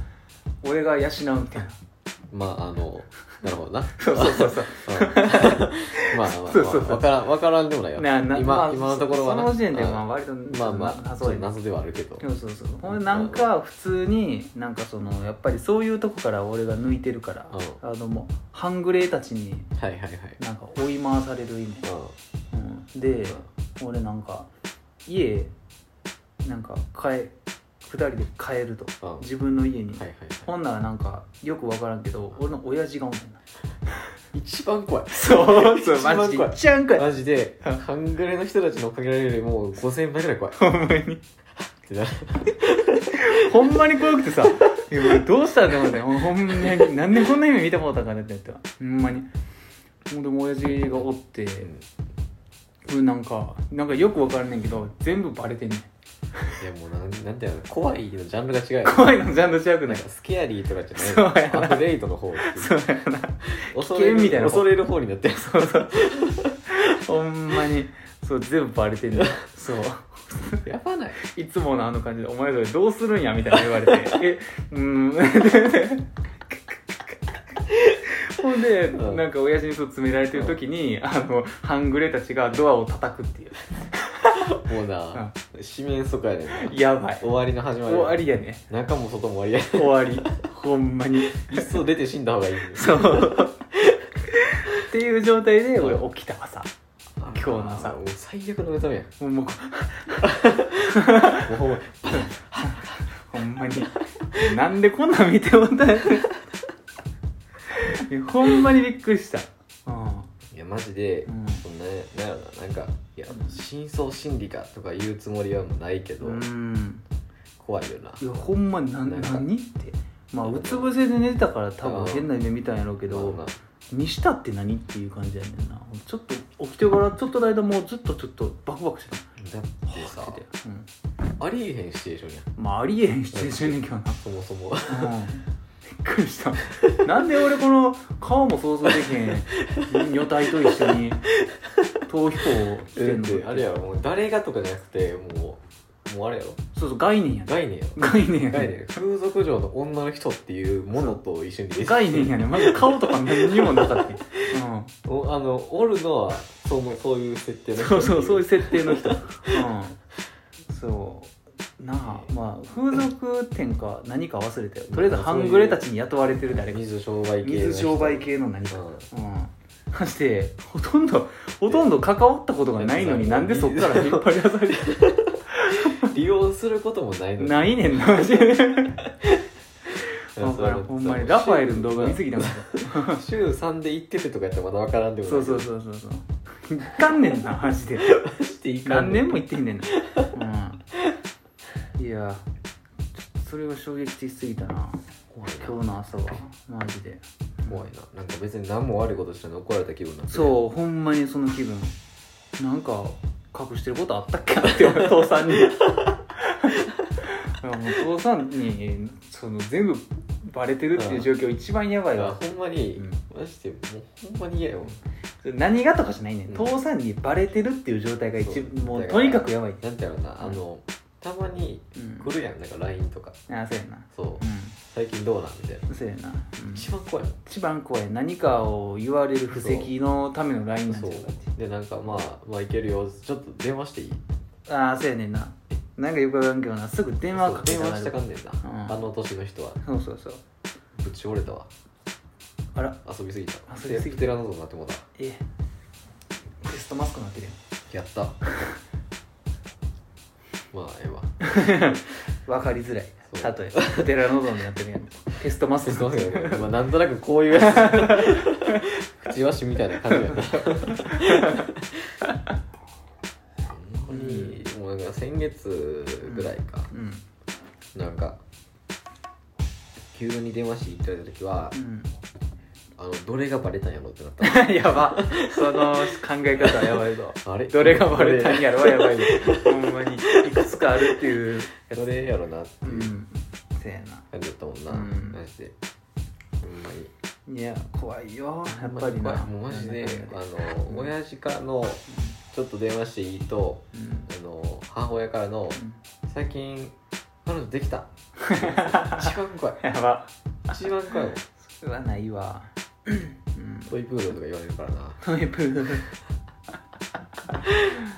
A: 俺が養うみたいな
B: まああのなるほどな
A: そうそうそうそう
B: うん まあまあまあ
A: そうそうそう
B: わからんわからんでもないよ
A: ななま
B: 今
A: あ
B: 今のところは
A: そ
B: な
A: の時点で
B: うん
A: まあ割と
B: まあまあ
A: 謎やね
B: 謎ではあるけど
A: そうそうそうほんでなんか普通になんかそのやっぱりそういうとこから俺が抜いてるから、
B: う
A: あのもう半グレーたちに
B: はいはいはい
A: なんか追い回される意味、
B: う
A: うん、で俺なんか家なんか帰2人で帰ると
B: んうんはい
A: 自分の家に、
B: はいはい
A: ほんならなんかよく分からんけど俺の親父がおんねんな
B: 一番怖い
A: そう
B: そう
A: マ
B: マ
A: ジ
B: ジ
A: で
B: で
A: いっちゃんかい
B: マジで半グレの人たちの追っかけられるよりも5000倍ぐらい怖い
A: ほんまに
B: ってなる
A: ほんまに怖くてさいや俺どうしたんだろうねほんまになんでこんな夢見てもうたんかねってなってほんまにほんでも親父がおってうんなんかなんかよく分からんねんけど全部バレてんねん
B: いやもうなんなんていうの怖いのジャンルが違うよ
A: 怖いのジャンル違くな
B: な
A: んい
B: かスケアリーとかじ
A: そう
B: ゃ
A: や
B: ないアップデートの方
A: そうやな
B: 恐
A: 危
B: れ
A: 険みたい
B: る
A: な方
B: 恐れる方になってる
A: そうそうほんまにそう全部バレてんだそう
B: やばない
A: いつものあの感じで「お前それどうするんや」みたいな言われて「えうーん」ほんで、
B: うん
A: なんか親父にそう詰められてる時に、あの半グレたちがドアを叩くっていう
B: もうな四面楚歌やねんな
A: やばい
B: 終わりの始まり
A: 終わりやね
B: 中も外も終わりや
A: 終わりほんまに
B: いっそ出て死んだ方がいい
A: そうっていう状態で俺起きた朝
B: 今
A: 日の朝
B: もう最悪の目覚めや
A: もうもう
B: もうほんま
A: ほんまに。なんでこんなん見てもたんやいやほんまにびっくりした。うん。
B: いやマジで
A: うん
B: そんなねなんやろななんかいや真相心理かとか言うつもりはもうないけど、
A: うん
B: 怖いよない
A: やほんまに何
B: なんか
A: 何ってまあうつ伏せで寝てたから多
B: う
A: 分
B: ん
A: 変な夢見たんやろうけ
B: け
A: どにしたって何っていう感じやねんなちょっと起きてからちょっとの間もうずっとちょっとバクバクして
B: だって
A: た
B: さ
A: っててうん
B: ありえへんシチュエーションやん
A: まあありえへんシチュエーションやねんけどな
B: そもそも
A: うんびっくりしたなんで俺この顔も想像できへん女体と一緒に逃避行して
B: え
A: ん の
B: あれやろもう誰がとかじゃなくてもうもうあれやろ
A: そうそう概念やね
B: 概念やろ
A: 概念や
B: 概
A: ね
B: 念風俗嬢の女の人っていうものと一緒に
A: 概念やねまず顔とか何にもなかったようん
B: おあのおるのはそうもそういう設定の
A: そ
B: 人
A: うそうそういう
B: う
A: 設定の人 うんそうなあまあ風俗店か何か忘れたよとりあえず半グレたちに雇われてる誰か
B: 水商売系の人
A: 水商売系の何かうんそしてほとんどほとんど関わったことがないのに
B: え
A: なんでそっから引っ張り出されて
B: 利用することもないのに
A: ないねんなマジで
B: や
A: わ
B: そ
A: か
B: れ
A: らんほんまにラファエルの動画見すぎたもん
B: 週3で行っててとかやったらまだ分からんでも
A: そうそう
B: う
A: そうそうそう行かんねんなマジで
B: していかん
A: 何年も行ってんねんな、うん、いやちょそれは衝撃的すぎたな
B: 怖い
A: 今日の朝はマジで
B: な怖いななんか別に何も悪いことしたのに怒られた気分になって
A: そうほんまにその気分なんか隠してることあったっけなって思う父さんに いやもう父さんにその全部バレてるっていう状況一番やば
B: い
A: い
B: や
A: わ
B: ほんまに、
A: うん
B: マジでもうほんまに嫌よ
A: 何がとかじゃないねん、
B: うん
A: 父さんにバレてるっていう状態が一
B: そう
A: もう
B: だから
A: とにかくやばい、
B: なんてやろうなあのたまに
A: うん、
B: 来るやんなんか LINE とか
A: あそうやな
B: そう最近どうなんみたいな
A: うんそうやな、うん
B: 一番怖いもん
A: 一番怖い何かを言われる布石のためのラインなん
B: そ
A: じゃ
B: う
A: なかっ
B: でなんかまあまあいけるよちょっと電話していい
A: たああそうやねんななんかよくわからんけどなすぐ電話
B: そう
A: かけ
B: 電
A: たが
B: 話した
A: る
B: かんねんな、
A: うん
B: あの年の人は
A: そうそうそう
B: ぶち折れたわ
A: あら
B: 遊びすぎた
A: 遊びすぎた
B: テラノドになってもうた
A: えテストマスクになってるや
B: やった まあええわ
A: んわかりづらい
B: そう
A: 例えばテラノドンになってるやんテストマスク
B: すいませんねまあなんとなく こういうやつ口わしみたいな感じやなほんまにもうなんか先月ぐらいか、
A: うん
B: なんか急に電話していただいた時は、
A: う
B: あのどれがバレたんやろってな っ
A: ん やばその考え方はやばいぞ
B: た あれ
A: どれがバレたんや
B: や
A: ろはやばいぞほんまにいくつかあるっていう
B: どれやろなって
A: う
B: いうん
A: せやな
B: 感じだったもんな、
A: うん
B: マジでほんまに
A: いや怖いよやっぱりな
B: もうマジで
A: う
B: あの親父からのちょっと電話していいと
A: ん
B: あの母親からの最近彼女できた一番怖い
A: やば
B: 一番怖いもん
A: それはないわうん
B: トイプードルとか言われるからな
A: トイプードル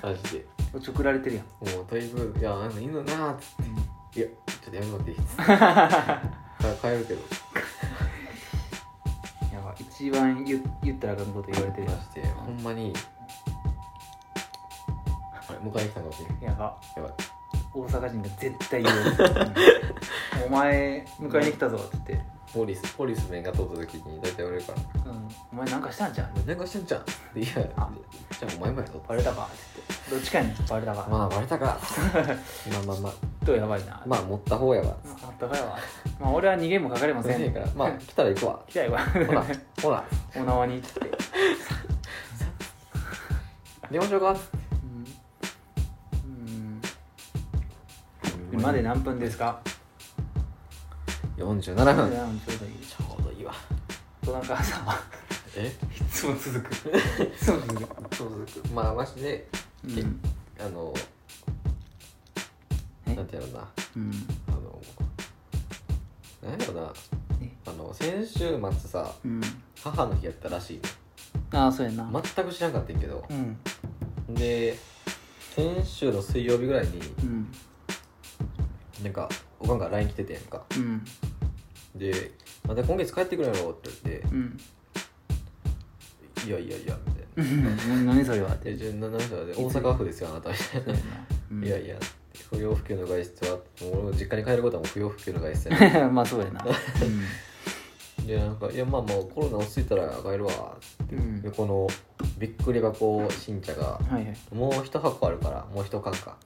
B: マジで
A: おちょくられてるやん
B: もうトイプードルいやなんか犬なーっつっていやちょっとやめとっていいっつって帰るけど
A: やば一番言言ったらあかんこと言われてる
B: マ
A: やん
B: ジでほんまにあれ迎えに来たかもしれん
A: やば
B: やばい
A: 大阪人が絶対言う、うんお前迎えに来たぞって言って、
B: ポリスポリス面が通った時に大体言われるから
A: うん、お前なんかしたんじゃん
B: 「何かしてんじゃん」って「いやじゃ
A: あ
B: あお前もやぞ」
A: バレたかって言ってどっちかにバレたか、
B: まあバレたかまあまあ まあ
A: とやばいな、
B: まあ持った方やわ
A: まああったかいわまあ俺は逃げもかかれませ
B: 先生
A: ん
B: からまあ来たら行くわ
A: 来たいわ
B: ほらほら
A: お縄にって言って、
B: 出ましょうか
A: うんうん、まで何分ですか
B: 47
A: ちょう
B: 分
A: どいい
B: ちょうどいいわ
A: トナカさんは
B: え
A: いつも続 くいつも続く、
B: そうですまあマジで
A: うん
B: あの
A: え
B: なんてやろうな
A: うん
B: あのなんやろうな
A: え
B: あの先週末さ
A: うん、
B: 母の日やったらしい
A: ああそうやな、
B: 全く知らんかったんやけど
A: うん
B: で先週の水曜日ぐらいに
A: うん
B: なんかおかんから LINE 来ててんやんか
A: うん
B: で「また今月帰ってくるやろ」って言って
A: うん
B: 「いやいやいや」みたいな
A: うん何それはっ
B: 「え
A: て
B: 17歳で大阪府ですよあなた」みたいな「いやいや不要不急の外出はもう俺も実家に帰ることはもう不要不急の外出やな
A: や まあそうやな
B: でなんか「いやまあもうコロナ落ち着いたら帰るわ」
A: うん
B: でこのびっくり箱新茶が
A: はいはい
B: もう一箱あるからもう一缶か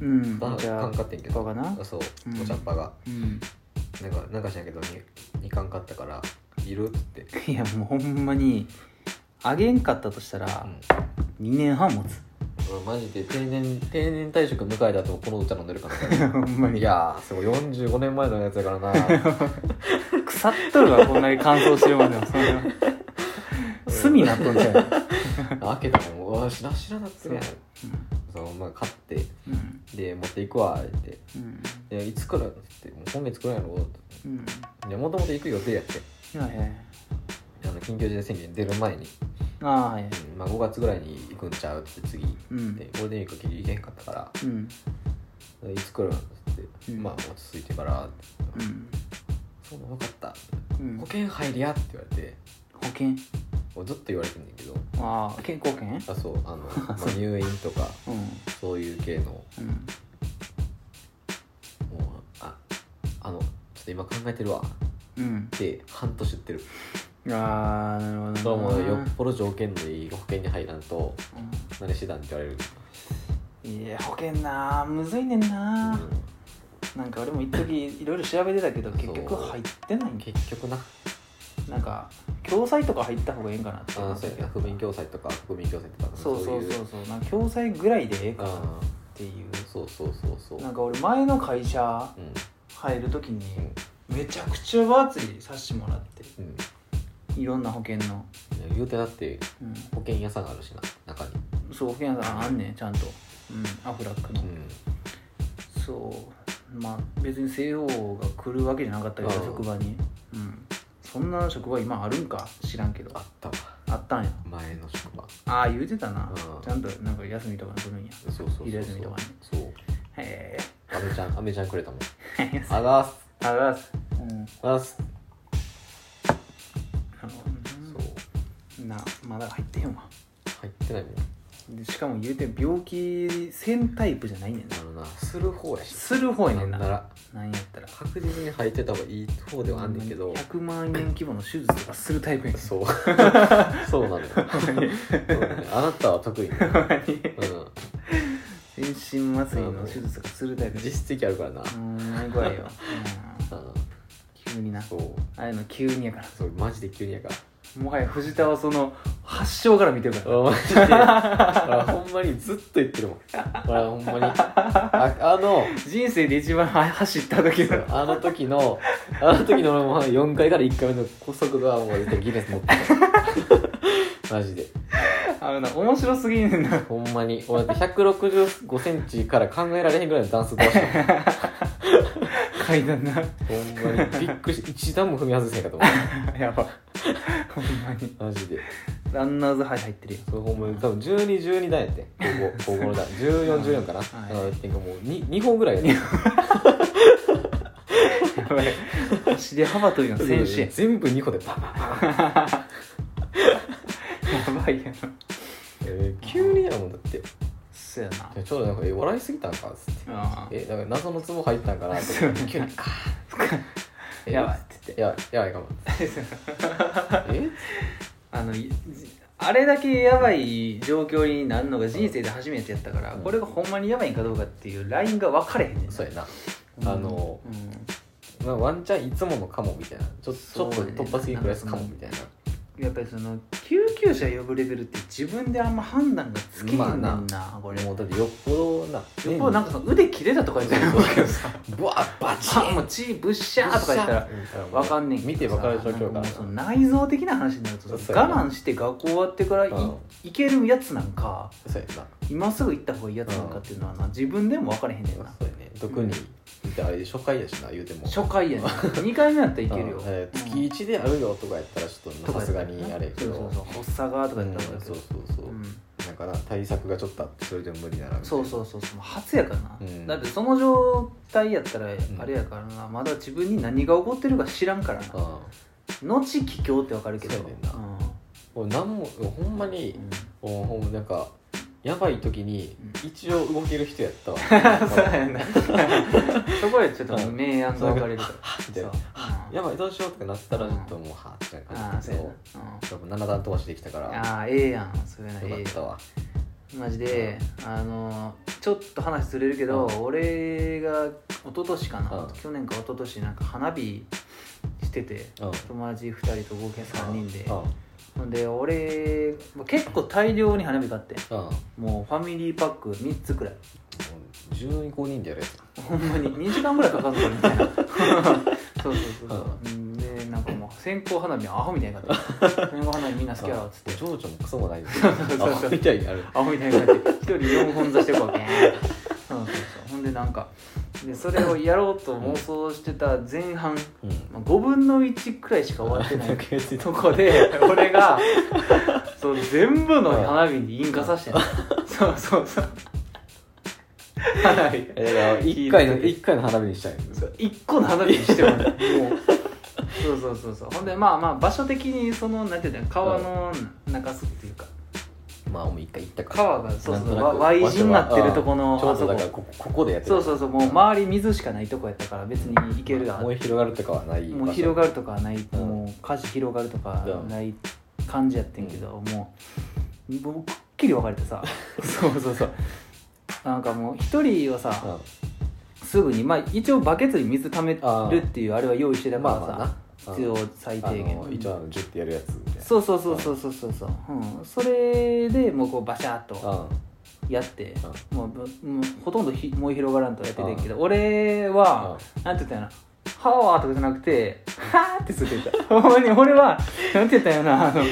A: うん
B: 缶
A: じゃあ
B: 缶買ってんけ
A: そうか
B: ど
A: な
B: そう
A: うん
B: お茶っ葉が
A: うん
B: なんかなんかしらんけど2缶買ったからいるっつって
A: いやもうほんまにあげんかったとしたら2年半持つ
B: うんマジで定年定年退職迎えたとこのお茶飲んでるか らね
A: ほんまに
B: いやーすごい45年前のやつやか らな
A: 腐っとるわこんなに乾燥してるまでもそん な炭になっとんじゃん、
B: 開けたもんうわしらしらなってね
A: そう
B: そうまあ買って
A: うん
B: で持っていくわって
A: うん
B: でいつからってもう今月くらいやろって
A: うん
B: でもともと行く予定やって
A: いやいやいや
B: あの緊急事態宣言出る前に、
A: ああはい
B: うんまあ、5月ぐらいに行くんちゃうって次で
A: うん
B: ゴールデンウィーク結局行けへんかったか
A: うん
B: らいつ来るのって、
A: うん
B: まあ落ち着いてからって
A: うん
B: そう分かった
A: うん
B: 保険入りやって言われて
A: 保険
B: もうずっと言われてんねんけど
A: ああ健康保険
B: あそう あの、まあ、入院とか
A: うん
B: そういう系のも
A: うん
B: うああのちょっと今考えてるわ
A: うん
B: って半年言ってる
A: ああなるほどな
B: それはもうよっぽど条件のいい保険に入らんと何してたんって言われ
A: う
B: る、
A: んいや保険なむずいねんな、なんか俺も一時いろいろ調べてたけど結局入ってない
B: うんん
A: け
B: 結局な
A: なんか共済とか入った方がいいんかなって思
B: あ
A: っ
B: そう
A: て
B: やな不眠共済とか国民共済とか
A: そうそうそううそうなんか共済ぐらいでええかなっ
B: あ
A: てい
B: ーそうそうそうそうう
A: なんか俺前の会社
B: うん
A: 入る時にめちゃくちゃ分厚いさしてもらって
B: うんうん
A: いろんな保険の、
B: いや言うてだって
A: うん、
B: 保険屋さんがあるしな中に
A: そう保険屋さんあんねんちゃんと、うん、アフラックの、
B: う
A: そうまあ別に西洋が来るわけじゃなかったけど
B: うん
A: 職場に、うん、そんな職場今あるんか知らんけど
B: んあったわ
A: あったんや
B: 前の職場
A: ああ言うてたな、
B: うん
A: ちゃんとなんか休みとか来るんや
B: そうそうそう
A: 昼
B: そう
A: 休みとかね
B: そう
A: へ
B: アメちゃんアメちゃんくれたもん
A: え
B: あがーす
A: あらすうん
B: あがーす
A: あ
B: そう
A: のなまだ入ってへんわ
B: 入ってないもん
A: でしかも言うて病気せんタイプじゃないねんな
B: あのなする方やし
A: する方や
B: な
A: ねん
B: ん
A: な
B: なら
A: なんやったら
B: 確実に入ってた方がいい方ではあんねんけど
A: 100万円規模の手術とかするタイプやねん
B: そうそうなんだようんあなたは得意ねうん
A: 全身麻酔の手術とかするタイプう
B: 実績あるからな、
A: ーん怖いよ、
B: う
A: うん
B: ん、
A: 急にな
B: そう
A: ああいうの急にやから
B: そうマジで急にやから
A: もはや藤田はその発症から見てるから
B: 俺マジで俺ほんまにずっと言ってるもん俺ほんまにああの
A: 人生で一番は走った時だ
B: あの時のあの時の俺も4回から1回目の高速ドアも絶対ギネス持って たマジで
A: あのな面白すぎんねんな
B: ほんまに俺だって165センチから考えられへんぐらいのダンス倒したもん
A: 階段な
B: ほんまにびっくりして一段も踏み外せへんかと思う
A: やばほんまに
B: マジで
A: ランナーズハイ入ってるよ
B: それほんまに多分1212段やって高校高校の段1414かな、
A: はい
B: だからなんかもう 2, 二本ぐらいやね
A: やばい走り幅跳びの選手や
B: 全部2個でパンパンパン
A: やばいやろ
B: えー急にやもんだって
A: そうやな
B: ちょうどなんか「え笑いすぎたんか」っつって
A: あ
B: 「えなんか謎のツボ入ったんかな」って急に「か
A: あやばいって言って
B: やばいやばいかも」 え
A: あのいあれだけやばい状況になるのが人生で初めてやったから、
B: うん
A: これがほんまにやばいんかどうかっていうラインが分かれへんねん
B: そう
A: や
B: やなあの、
A: うん
B: まあ、ワンチャンいつものかもみたいなちょちょっ
A: そ
B: と
A: うやね
B: 突発的に来るやつかもみたいな
A: やっぱりその救急車呼ぶレベルって自分であんま判断がつけへんねんな,、
B: まあ
A: これ
B: も
A: も
B: うだってよっぽどな
A: うなんかその腕切れたとか言ってるけどさ
B: ブワッバ チ
A: あもう血ぶっしゃーとか言ったらわかんねんけどさ
B: 見てわかる
A: な
B: 状況か
A: んもう
B: ら
A: その内臓的な話になると
B: そ
A: さ
B: うやな
A: 我慢して学校終わってからい,、
B: うん
A: いけるやつなんか
B: そうやな
A: 今すぐ行った方がいいやつなんかっていうのはな自分でも分かれへんねんな
B: そうやね特に見てあれ初回やしな言うても
A: 初回やねん2 回目だったらいけるよ、
B: うんえー月1であるよとかやったらちょっと
A: とか
B: さ
A: やった
B: す
A: ら
B: がにあれやけど
A: そうそうそう発作がとか
B: う
A: やっ
B: ん
A: たら分かるけ
B: そ
A: ど
B: うそうそう、
A: うん
B: なんかな対策がちょっとあってそれでも無理ならみたいな
A: そうそうそうそう初やからな、
B: うん
A: だってその状態やったらあれやからな、まだ自分に何が起こってるか知らんからな
B: うん
A: 後気境って分かるけど
B: そうやねんな
A: うん
B: 俺何もほんまに、もうほんまなんかやばい時に
A: う
B: 一応動ける人 やったわ
A: そうやんなそこでちょっと明暗が分かれるから
B: みたいな
A: そう
B: やばいどうしようってなったらちょっともうはぁってな
A: うんあ
B: 感
A: あ
B: じ
A: そ
B: だ
A: う
B: け
A: や
B: ど
A: な
B: 多分7段飛ばしできたから
A: うん
B: よ
A: ああええやんそうやなえ
B: か
A: え
B: っ
A: やん
B: たわ
A: マジで、あのちょっと話ずれるけど、
B: うん
A: 俺が一昨年かな、
B: うん
A: 去年か一昨年なんか花火してて、
B: うん
A: 友達2人と合計3人で、
B: うん
A: ほんで俺まあ結構大量に花火買ってん
B: うん
A: もうファミリーパック3つくらい
B: 15人でやるやつ
A: ほんまに2時間ぐらいかかるからみたいなそうそうそうそう、うん、でなんかもう線香花火アホみたいに買って線香花火みんな好きやろっつって
B: 情緒もクソもない です
A: う そうそう
B: あみたいにある
A: 青みたいな感じで一人4本座してこうわけそうそうそうほんでなんかでそれをやろうと妄想してた前半、
B: うん
A: まあ、5分の1くらいしか終わってな い
B: 別に
A: とこで俺がそう全部の花火に引火させ てんのそうそう そう花火
B: えー 一回の一回の花火にしたい
A: そう一個の花火にしてもらうもうそうそうそうそうほんでまあまあ場所的にそのなんていうんだろう川の中州っていうか
B: まあもう一回行ったから
A: 川がそうそう
B: なんとなく
A: Y 字になってるとこの
B: ちょうどだ
A: あ
B: か
A: そ
B: ら
A: こ
B: ここここでやって
A: そう
B: う
A: そうそうもう周り水しかないとこやったから別に行けるが
B: 燃え広がるとかはない
A: もう広が
B: る
A: るとかはない、
B: うん
A: もう火事広がるとかない感じやってんけど、もうもうくっきり分かれてさ そうそうそうなんかもう一人はさ、すぐにまあ一応バケツに水溜めるっていうあれは用意してた
B: ま
A: か
B: あま
A: らさ、
B: あな
A: 必要最低
B: あの
A: 限
B: 一応あのジュッてやるやつみたいな
A: そうそうそうそうそうそうそう、うん、それでもうこうバシャーっと
B: あ
A: やってもうぶもうほとんどひ燃え広がらんとやっててんけど俺はなんて言ったんやろなはーとかじゃなくてはーってするってた ほんまに俺はなんて言ったんやろなあの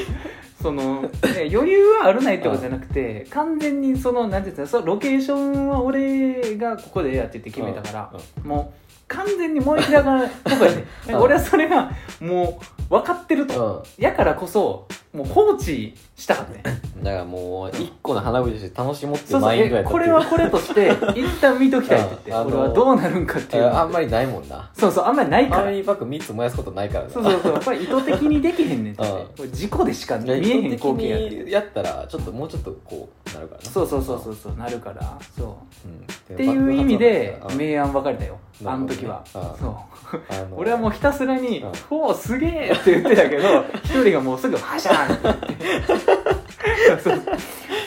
A: その、ね、余裕はあるないとかじゃなくて完全にそのなんて言ったんやろそのロケーションは俺がここでやってって決めたからもう完全に燃え広がらんとこやね
B: うん
A: 俺はそれがもう分かってると
B: う
A: やからこそもう放置したかったね
B: んだからもう一個の花火として楽しもうって
A: そうそう
B: 満員ぐら
A: え
B: い
A: これはこれとして一旦見ときたいって言って、
B: うんあの
A: 俺はどうなるんかっていうの
B: あんまりないもんな
A: そうそうあんまりない
B: フ
A: か
B: ァ
A: ら
B: ミリーパック3つ燃やすことないからな
A: そうそうそうやっぱり意図的にできへんねんって言って
B: うん
A: これ事故でしか見えへん光景やって
B: にやったらちょっともうちょっとこうなるからな
A: そうそうそうそうそうなるからそう
B: うん
A: っていう意味で
B: うん
A: 明暗分かれたよあ
B: なる
A: の
B: ほどね
A: 時は
B: うん
A: そう
B: あの
A: 俺はもうひたすらに
B: うん
A: 「おおすげえ!」って言ってたけど一人がもうすぐ「はしゃーん!」って 言って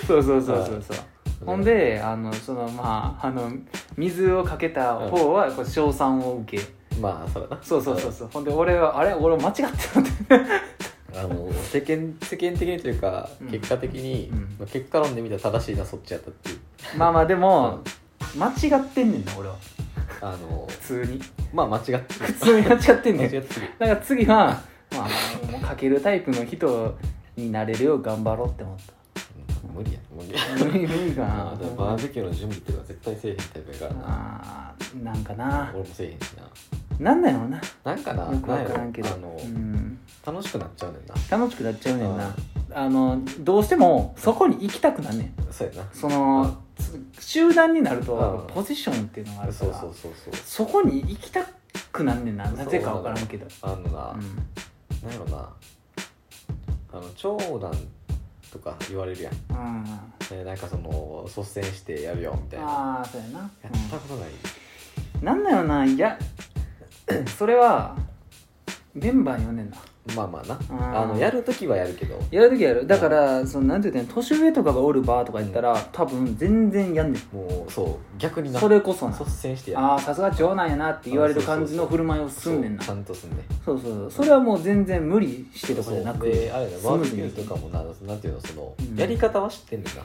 A: そうそうそうそうそうそうほんであのそのまああの水をかけた方はこう称賛を受け
B: まあそうだな
A: そうそうそうそうほんで俺はあれ俺間違ってたって
B: あの世間世間的にというか
A: うん
B: 結果的に、
A: うん
B: まあ、結果論で見たら正しいなそっちやったっていう
A: まあまあで
B: う
A: も
B: ん
A: 間違ってんねんな俺は
B: あの
A: 普通に
B: まあ間違ってる
A: 普通に間違ってん
B: 間
A: ね
B: 違
A: ん
B: ってる
A: だから次はまあもうかけるタイプの人になれるよう頑張ろうって思っ
B: うん無理や無理や
A: た無理無理かな
B: あだからバーベキューの準備とか絶対せえへんタイプやからな
A: あーなんかな
B: 俺もせえへんし
A: なんだろうな
B: ななんかな
A: よく分からんけど
B: な、んやろあ
A: う
B: の、
A: ん、
B: 楽しくなっちゃうねんな
A: 楽しくなっちゃうねんなあのどうしてもそこに行きたくなんねん
B: そうや
A: そのつ集団になると
B: うん
A: ポジションっていうのがあ
B: な
A: るか
B: そう
A: ら
B: そうそうそう
A: そこに行きたくなんねんな
B: そう
A: なぜか分からんけど
B: あのな、
A: うん
B: なんやろなあの長男とか言われるやん、
A: うん
B: えなんかその率先してやるよみたいな
A: ああそうやな
B: やったことな
A: う
B: い、
A: んなんだよないや それはメンバーに呼んでんだ
B: まあまあな
A: ー
B: あのやるときはやるけど
A: やるときやるだからそのなんていうの年上とかがおるバーとか行ったら多分全然やんねん
B: もうそう逆にな
A: それこそな
B: 率先してやる
A: ああさすが長男やなって言われる感じの振る舞いをすんねんなそ
B: そうちゃ
A: うん
B: とすんね
A: そうそうそれはもう全然無理してとか
B: そう
A: じゃなく
B: であれだ
A: スム
B: バー
A: ー
B: ベ
A: ズ
B: キ
A: に
B: ューとかもななんていうのその、
A: うん
B: やり方は知ってんねんな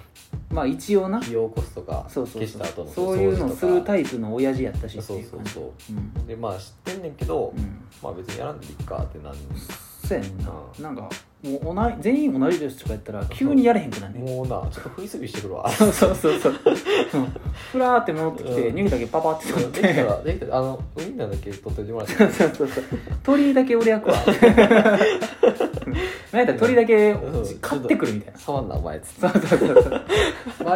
A: まあ一応な
B: 火を起こすとか
A: そうそう
B: 消し
A: そ
B: た後
A: う
B: の
A: そういうのするタ
B: イ
A: イプの親父やったしって
B: そう
A: いう
B: そ
A: 感
B: う
A: じ
B: そう
A: うん
B: でまあ知ってんねんけど、
A: うん
B: まあ別にやらんでいいかってなん
A: そうやねんな
B: うん
A: なんかもう同い全員同じ年とかやったら急にやれへんくなんねん
B: もうなちょっと食いすぎしてく るわ
A: そうそうそうそううんふらーって戻ってきて
B: うん
A: ネギだけパパって取っ
B: できた
A: て
B: らできたらあのウインナーだけ取っといてもらって
A: そうそうそうそう鳥だけ俺焼くわ なんやったら鳥だけ
B: うん
A: 買ってくるみたいな
B: 触んなお前っつって
A: そうそうそうそうバ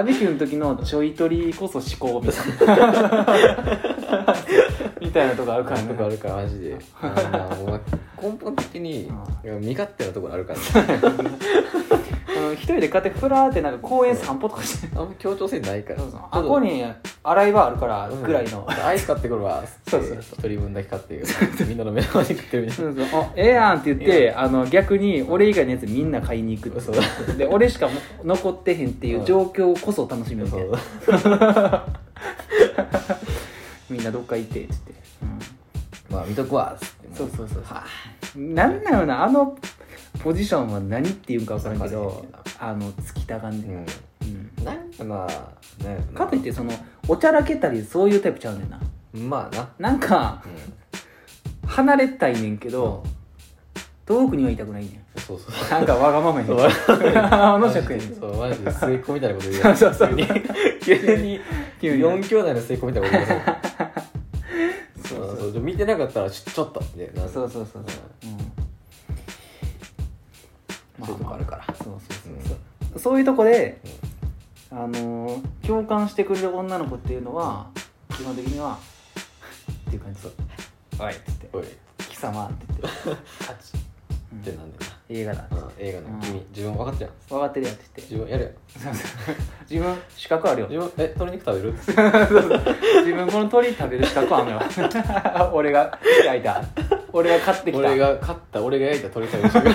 A: ーベキューの時のちょい鳥こそ思考みたいな みたいなとこあるから
B: とかあ
A: ね
B: るからマジであのお前根本的に
A: う
B: 身勝手なところあるから
A: うんの一人で買ってふらーってなんか公園散歩とかして
B: あんま協調性ないから
A: そうそうあここに洗い場あるからぐらいの、
B: アイス買ってくるわ
A: そうそう
B: 一人分だけ買ってみんなの目の前に食ってるみたい
A: そうそうおええやんって言ってあの逆に俺以外のやつみんな買いに行くって
B: そう
A: で俺しかも残ってへんっていう状況こそ楽しみみ
B: な
A: た
B: そ
A: いな
B: う
A: みんなどっか行ってっつって、
B: まあ見とくわっつって
A: そうそうそう
B: は
A: うん、なんなのなあのポジションは何っていうんか分からんけど
B: わ
A: あのつきたがん
B: あ
A: ねん、うん
B: うんなんかななんやろな
A: かといってそのおちゃらけたりそういうタイプちゃうねんな
B: まあな
A: なんか
B: うん
A: 離れたいねんけど、遠くにはいたくないねん
B: そうそう
A: なんかわがままやね
B: そ
A: ん
B: う
A: あの尺やねん
B: そうマジで末っ子みたいなこと言う
A: そ
B: や
A: うん そうそう
B: 急に
A: 急に
B: 4兄弟の末っ子みたいなこと言うやん
A: そ
B: そう
A: う
B: そう見てなかったらちょちょっとみたいな
A: そうそうそうそううんまあ
B: そういうとこあるから
A: そうそうそうそう、そういうとこで、あのー共感してくれる女の子っていうのは基本的にはっていう感じそう「おい」っつって
B: おいっ
A: 「貴様」って言って「タッチ」う
B: て
A: ん
B: なんだよ
A: 「映画だ」って
B: なうん映画
A: うん
B: の君自分分かってるやん
A: 分かってるやん」って言って
B: 自分やるやん
A: 「そうそう自分資格あるよ」
B: 自分え鶏肉食べる
A: 自分この鳥食べる資格あんのよ 俺が焼いた俺が買ってきた
B: 俺が勝った俺が焼いた鶏食べ る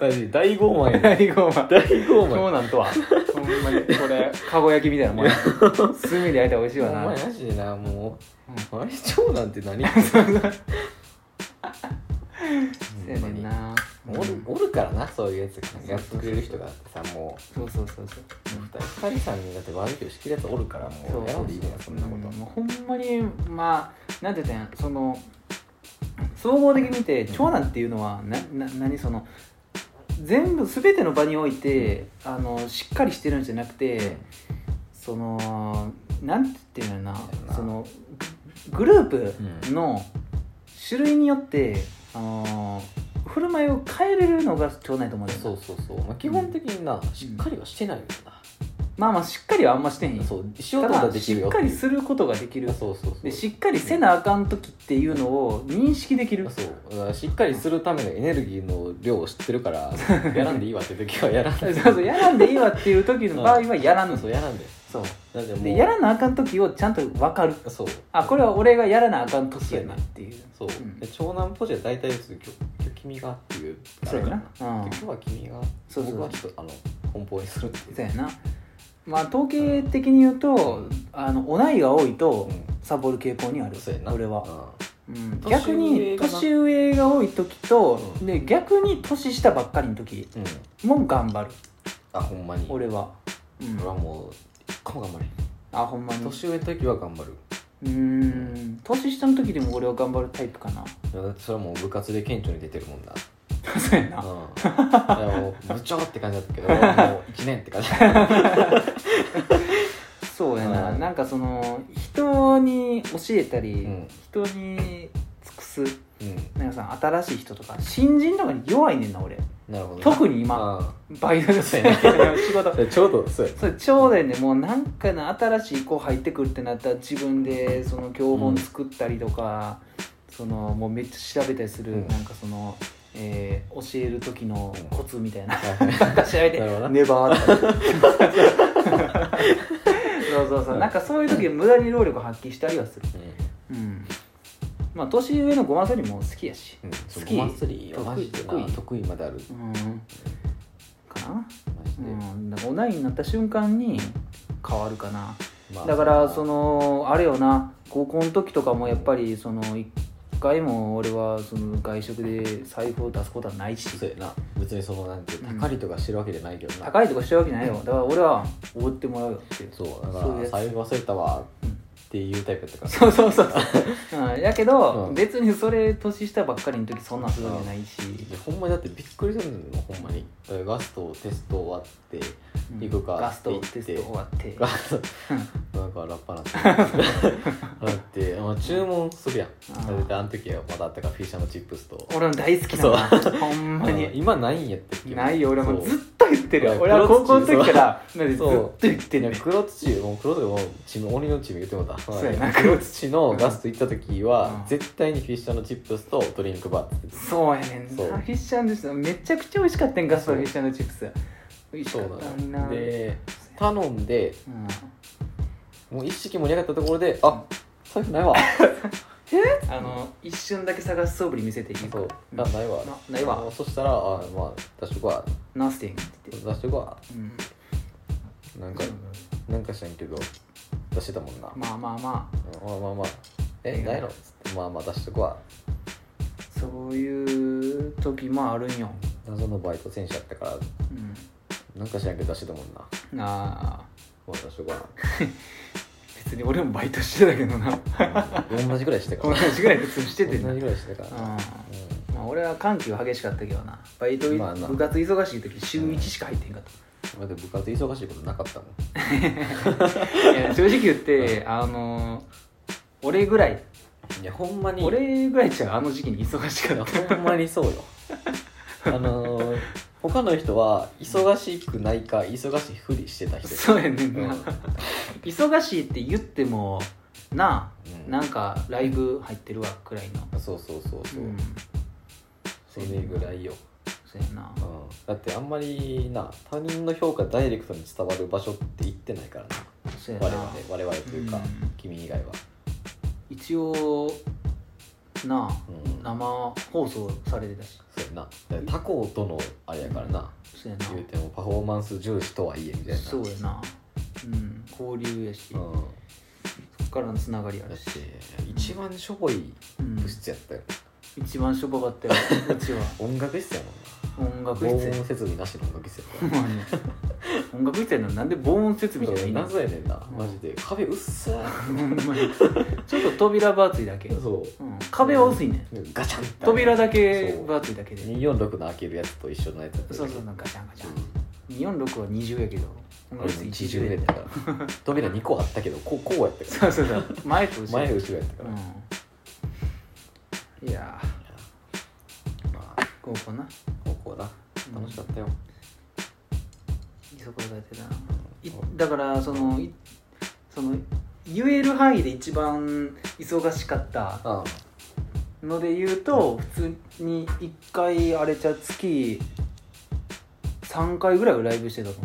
B: マジ大傲慢やな
A: 大豪満
B: 大傲
A: そう
B: 慢
A: なんとはほんまにこれかご焼きみたいなもんや炭で焼いたら美味しいわ
B: お
A: な
B: 前マジでなもうあれ長男って何
A: せやねんな
B: おるおるからなそういうやつがやってくれる人があってさも
A: そうそうそうそう
B: う二人さんだってバーベキューしてるやつおるからもうやらんでいいねんそんなこ
A: うんもうほんまにまあなんて言ったんやその総合的に見て長男っていうのはなな何その全部全ての場において、あのしっかりしてるんじゃなくて、そのなんて言ってんのやろ
B: そうや
A: な
B: な
A: そのグループの種類によって、あのー振る舞いを変えれるのが長男やと思うんだよな
B: そうそうそう、まあ、基本的にな、しっかりはしてないよな、
A: まあまあしっかりはあんましてへんよ
B: そうしよう
A: た
B: と思った
A: だ
B: らでき
A: し
B: るよ
A: っかりすることができる
B: あそうそうそう
A: でしっかりせなあかん時っていうのを認識できる
B: そうだからしっかりするためのエネルギーの量を知ってるからやらんでいいわって時はやらん
A: そ
B: で
A: うそうやらんでいいわっていう時の場合はやらんの
B: そうやらんで
A: そう
B: だってもう
A: でやらなあかん時をちゃんと分かる
B: そう
A: あこれは俺がやらなあかん時やなっていう
B: そう、
A: ん
B: で長男ポジは大体です今日今日君がっていう
A: そうやなうん
B: 今日は君が
A: そうそう
B: 僕はちょっとあの奔放にするっていう
A: そうやなまあ統計的に言うとあのおないが多いと
B: うん
A: サボる傾向にある
B: そうやな
A: 俺は、
B: う
A: うん
B: 年上
A: 逆に
B: かな
A: 年上が多い時と、
B: うん
A: で逆に年下ばっかりの時
B: ん、うん、
A: も頑張る
B: あほんまに
A: 俺は、うん
B: 俺はもう一個も頑張れん
A: あほんまに
B: 年上の時は頑張る
A: うーん年下の時でも俺は頑張るタイプかな
B: いやだってそれはもう部活で顕著に出てるもんな
A: そうやな
B: うんだからもう部長って感じだったけ どもう1年って感じだった
A: そうやな、
B: うん
A: なんかその人に教えたり、
B: ん
A: 人に尽くす
B: うん
A: なんかさ新しい人とか新人とかに弱いねんな俺
B: なるほど
A: 特
B: に
A: に今
B: 今
A: バイトです ね仕事
B: ちょうどそうや
A: それちょうだいねもうなんかな新しい子入ってくるってなったら自分でその教本作ったりとか、そのもうめっちゃ調べたりする、
B: うん
A: なんかその、えー教える時のコツみたいな、
B: はいはい
A: なんか調べて
B: なるほどな
A: 「ネバー」とか そうそうそうなんかそういう時無駄に労力発揮したりはするうんまあ年上のごまさりも好きやし
B: うん、そ
A: 好
B: う
A: き
B: ごまつりはマジでな
A: 得意
B: 得意まである
A: うんかな
B: マジ
A: う
B: で、
A: んだからオナイになった瞬間に変わるかな
B: まあ
A: だからそのあれよな高校の時とかもやっぱりその一回も俺はその外食で財布を出すことはないし
B: そうやな別にそのなんて
A: うん
B: 高いとかしてるわけじゃないけどな、
A: 高いとかしてるわけないよだから俺はおごってもらうよっていう
B: そうだか
A: そういうや
B: ら
A: つ
B: 財布忘れたわ
A: うん
B: っていうタイプやったから
A: そうそう そうそう、うん、やけど、
B: うん
A: 別にそれ年下ばっかりの時そんなするわけないし、
B: いやほんまにだってびっくりするんだよほんまにだからガストテスト終わって
A: うん
B: 行くか
A: ガスト
B: 行って
A: テスト終わって
B: ガスト
A: うん
B: なんか洗っぱなし洗って、まあ、注文するやん
A: あー
B: だってあの時はまだあったからフィッシャーのチップスと
A: 俺も大好きな
B: そ
A: のほんま
B: あー
A: に
B: 今ないんやってって
A: ないよ俺も
B: そう
A: ずっと言ってるよ
B: そう
A: 俺は高校の時からマジでずっ
B: そう
A: と言ってる
B: い
A: ね
B: や黒土もう黒土もチーム鬼のチーム言ってもうた
A: そうやな
B: はい黒土のガスト行った時は、
A: うん
B: 絶対にフィッシャーのチップスとドリンクバーって言って
A: そうやねん
B: そう
A: なフィッシャンでしためちゃくちゃ美味しかったんガストのフ
B: そ
A: ィ
B: う
A: ッシャンのチップス美味
B: た
A: しか
B: そ
A: っ
B: うな
A: たのに
B: の
A: な
B: よで頼んで
A: うん
B: もう一式盛り上がったところであ財布ないわ
A: あの一瞬だけ探す素振り見せていい
B: そう
A: うん
B: あないわ
A: なないわ
B: あそしたらあまあ出しとこは
A: ナースティングって
B: 出
A: 言って
B: しとこは
A: うん
B: なんか、なんかしたんけど出してたもんな、
A: まあまあまあ
B: まあまあまあえないのつってまあまあ出しとこは
A: そういう時もあるんよ、
B: 謎のバイト選手やったから
A: う
B: なんかしらんけど出してたもんなま
A: ん、ああ
B: あ出しとこは
A: 別に俺もバイトしてたけどな
B: うん同じぐらいしてたか
A: 同
B: ら
A: じぐらい普通にしてて
B: 同
A: な
B: じぐらいしてたからな
A: うんまあ、俺は緩急激しかったけどなバイト、
B: まあな
A: 部活忙しい時週1しか入ってへんかっ
B: うん、だって部活忙しいことなかったもん
A: た、いや正直言って、あの俺ぐらい
B: いやほんまに
A: 俺ぐらいちゃうあの時期に忙し
B: い
A: か
B: や
A: っ
B: ほんまにそうよあのー他の人は忙しくないか忙しいふりしてた
A: た
B: 人
A: そうやねん
B: うん
A: な、忙しいって言ってもな
B: うん
A: あなんかライブ入ってるわくらいの
B: そうそうそうそう、
A: うん
B: それぐらいよ、
A: そうやな
B: うん、だってあんまりな他人の評価ダイレクトに伝わる場所って言ってないからな
A: そうや
B: 我
A: な
B: 々我々というか、
A: うん
B: 君以外は
A: 一応なあ、
B: うん
A: 生放送されてたし
B: そうやなだから他校とのあれやからな、
A: そうやな
B: 言うてもパフォーマンス重視とはいえみたいな
A: そうやなうん交流やし、
B: う
A: こ
B: ん
A: っからのつながりあ
B: だ
A: る
B: っ
A: して
B: 一番しょぼい
A: うん
B: 部室やったよ、
A: 一番しょぼか ったようちは
B: 音楽室やもん
A: 音楽
B: な防
A: 室や
B: 音設備なしの音楽室やった
A: ほんまに音楽室やのになんで防音設備じゃないの
B: 謎やねんなマジで壁うっさ
A: ほんまにちょっと扉分厚いだけ、うん、
B: そ
A: 壁は薄いねん
B: うガチャンって
A: 扉だけ
B: そう
A: 分厚いだけで
B: 246の開けるやつと一緒のやつやった
A: そうそうなんかガチャンガチャン246は20やけど音楽室
B: 俺一
A: 10
B: 重や
A: や
B: ったから扉2個あったけどこうこうやったか
A: そうそうそう前と後
B: ら
A: ろ
B: 前後ろやったから、
A: うんいやー
B: まあ
A: 高校な
B: 高校だ
A: うん
B: 楽しかったよ、
A: そこだけだないだからそのいその言える範囲で一番忙しかった
B: ああ
A: ので言うと普通に1回あれじゃ月3回ぐらいはライブしてたと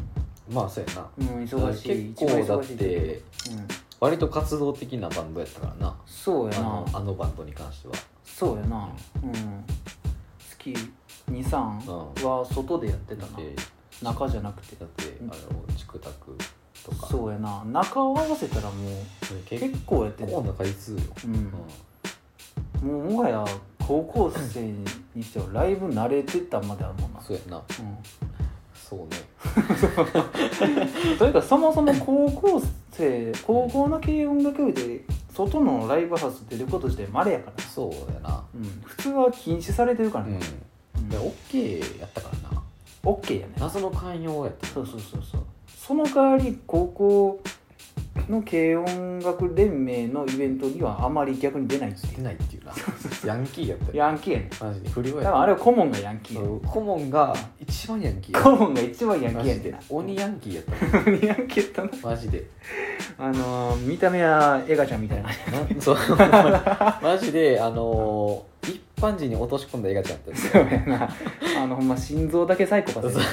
B: まあそうやな
A: 思う、うん、忙しい
B: 結構だっ
A: 忙しい時
B: て
A: うん、
B: 割と活動的なバンドやったからな
A: そうや
B: あの
A: な
B: あのバンドに関しては
A: そうやなうん月23は外でやって
B: だ
A: た
B: っ
A: な
B: て
A: 中じゃなくて
B: だって
A: うん
B: あのチクタクとか
A: そうやな中を合わせたらもう
B: 結
A: 結構やってる
B: 構な回数よ、
A: うん、もうもはや高校生にしてはライブ慣れてたまであるもんな、
B: そうやな
A: う
B: そうね
A: ん、というかそもそも高校生高校の軽音楽部で外のライブハウス出ること自体まれやから、
B: そうやな
A: うん、普通は禁止されてるから
B: うん
A: ね、
B: で
A: うん、
B: オッケーやったからな
A: オッケーやね
B: 謎の寛容やった
A: そうそうそうそうその代わり高校の軽音楽連盟のイベントにはあまり逆に出ないって
B: して
A: い
B: ないっていうなヤンキーやった
A: う
B: よ
A: ヤンキーやね
B: マジで不良や
A: だか
B: った
A: らあれは顧問がヤンキーや
B: そう顧問が一番ヤンキー
A: 顧問が一番ヤンキ
B: マ
A: ーや
B: ジ
A: ねん
B: で
A: な
B: 鬼ヤンキーやったよ
A: 何やけどな
B: マジで
A: あのー見た目はエガちゃんみたいな
B: なそうマジであのー一般人に落とし込んだ映画ちゃんやったよ
A: そうや なあのほんま心臓だけサイコパス や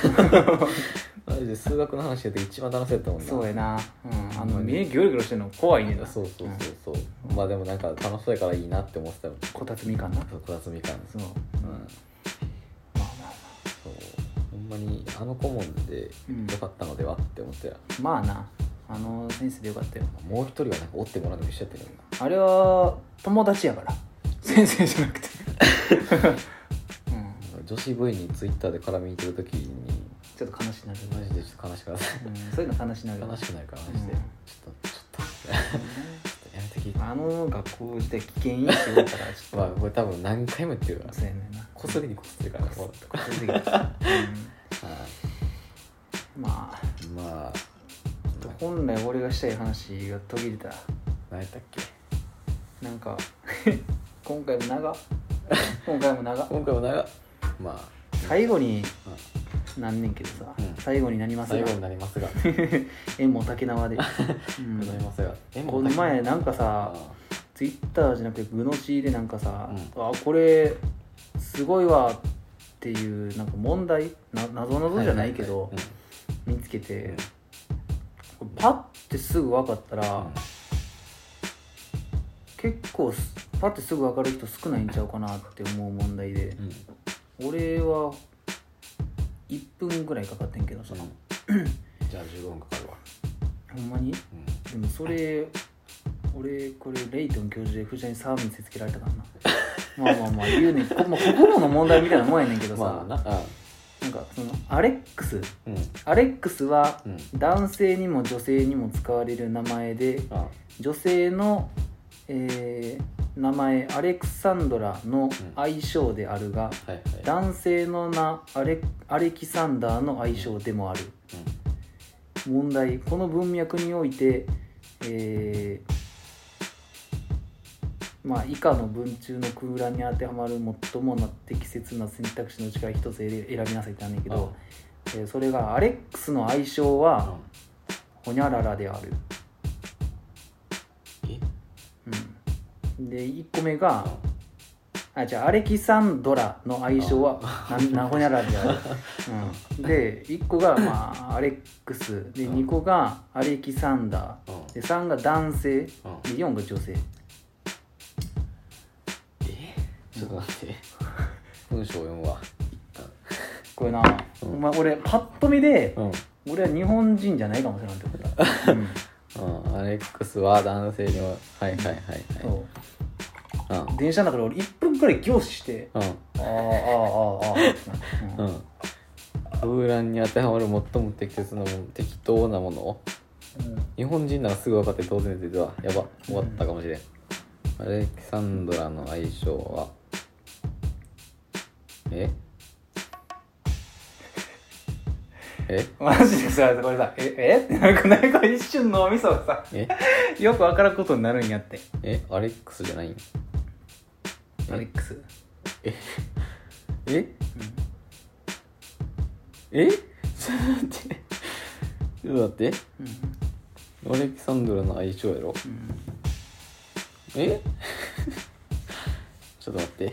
B: マジで数学の話やって一番楽しかったもんな
A: そうやな、うん、あの目ギョロギョロしてるの怖いねんな
B: そうそうそうそう、まあでもなんか楽しそうやからいいなって思ってたよ
A: こたつみかんな
B: そうこたつみかんで
A: そ
B: す
A: う、
B: うん
A: まあまあ
B: そうほんまにあの顧問で
A: うん
B: よかったのではって思ってたよ
A: まあまあなあの先生でよかったよ
B: もう一人はなんか追ってもらうのも一緒やったけどな
A: あれは友達やから先生じゃな くてうん
B: 女子部員にツイッターで絡みに行ってる時に
A: ちょっと悲しくなる、
B: マジでちょっと悲しくなる
A: うん、そういうの悲しくなるよ
B: 悲
A: ね
B: しくなるからマジで、
A: うん
B: ちょっとちょっとちょっとやめてきま
A: あの学校自体危険因子多いからちょっ
B: あこれ多分何回も言ってるか
A: と
B: ら
A: そうやねんな
B: こすりにこすってるからこう
A: 個人的にうん
B: あ
A: まあ
B: ーまあ
A: と本来俺がしたい話が途切れた
B: 何やったっけ
A: なんか 今回も長っ今回も長っ
B: 今回も長っまあ
A: 最後に
B: うん
A: なんねんけどさ、
B: うん
A: 最後になります
B: 最
A: が
B: 後になりますが
A: 縁も竹縄で、うん
B: ございますがえ
A: この前なんかさツイッターじゃなくてグノシーでなんかさ、あこれすごいわっていうなんか問題な謎謎じゃないけど、見つけて、
B: うん
A: パッてすぐ分かったら、
B: あ
A: 結構すパッてすぐ分かる人少ないんちゃうかなって思う問題で、俺は1分ぐらいかかってんけどさ、
B: じゃあ15分かかるわ
A: ほんまにでもそれ俺これレイトン教授で藤田にサーブ見せつけられたから なまあまあまあ言うねんこ,、まあ、心の問題みたいなもんやねんけどさ、
B: まあな
A: なんかそのアレックス
B: うん
A: アレックスは
B: うん
A: 男性にも女性にも使われる名前で
B: あ
A: 女性の、えー名前アレクサンドラの愛称であるが、
B: はいはい
A: 男性の名アレアレキサンダーの愛称でもある問題この文脈において、えーまあ、以下の文中の空欄に当てはまる最もな適切な選択肢のうちから一つ選選びなさいってなんねんけど、えーそれがアレックスの愛称
B: うん
A: はホニャララである、
B: え
A: うん、で1個目があじゃあアレキサンドラの愛称はなんなホニャララである、うん、で1個が、まあ、アレックスで2個がアレキサンダ
B: うん
A: ーで3が男性で
B: うん
A: 4が女性
B: えちょっと待って 文章読むわ
A: これな、
B: うん
A: お前俺パッと見で
B: うん
A: 俺は日本人じゃないかもしれないってことだ、うん、
B: うんアレックスは男性にははいはいはい
A: そ
B: は
A: う電車の中で俺1分くらい凝視して
B: いうん
A: あーあーあーあーってなってうん
B: うん空欄に当てはまる最も適切なもの適当なもの
A: うん
B: 日本人ならすぐ分かって当然出てたわやば終わったかもしれん、アレキサンドラの愛称はええ
A: マジでさこれさ「ええってなんかなんか一瞬脳みそがさ
B: え
A: よくわからんことになるんやって
B: えアレックスじゃないんえ
A: アレックス、うん、
B: ええちょっと待ってちょっと待って
A: うん
B: アレキサンドラの愛称やろ
A: うん
B: え ちょっと待って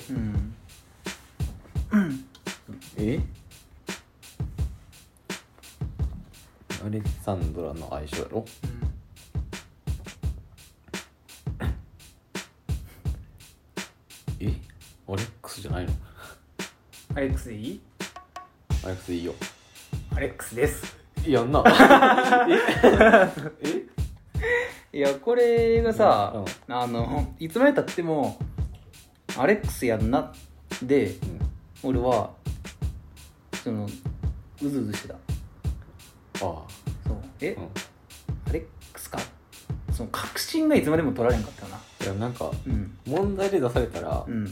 A: うん
B: えアレキサンドラの愛称やろえアレックスじゃないの
A: アレックスでいい
B: アレックスいいよ
A: アレックスです
B: やん なええ
A: いやこれがさ、
B: うん
A: あのいつまでたってもアレックスやんなで
B: うん
A: 俺はそのうずうずしてた
B: あ
A: そうえ、
B: あう
A: アレックスかその確信がいつまでも取られんかったよなん
B: いやなんか
A: うん
B: 問題で出されたら
A: うん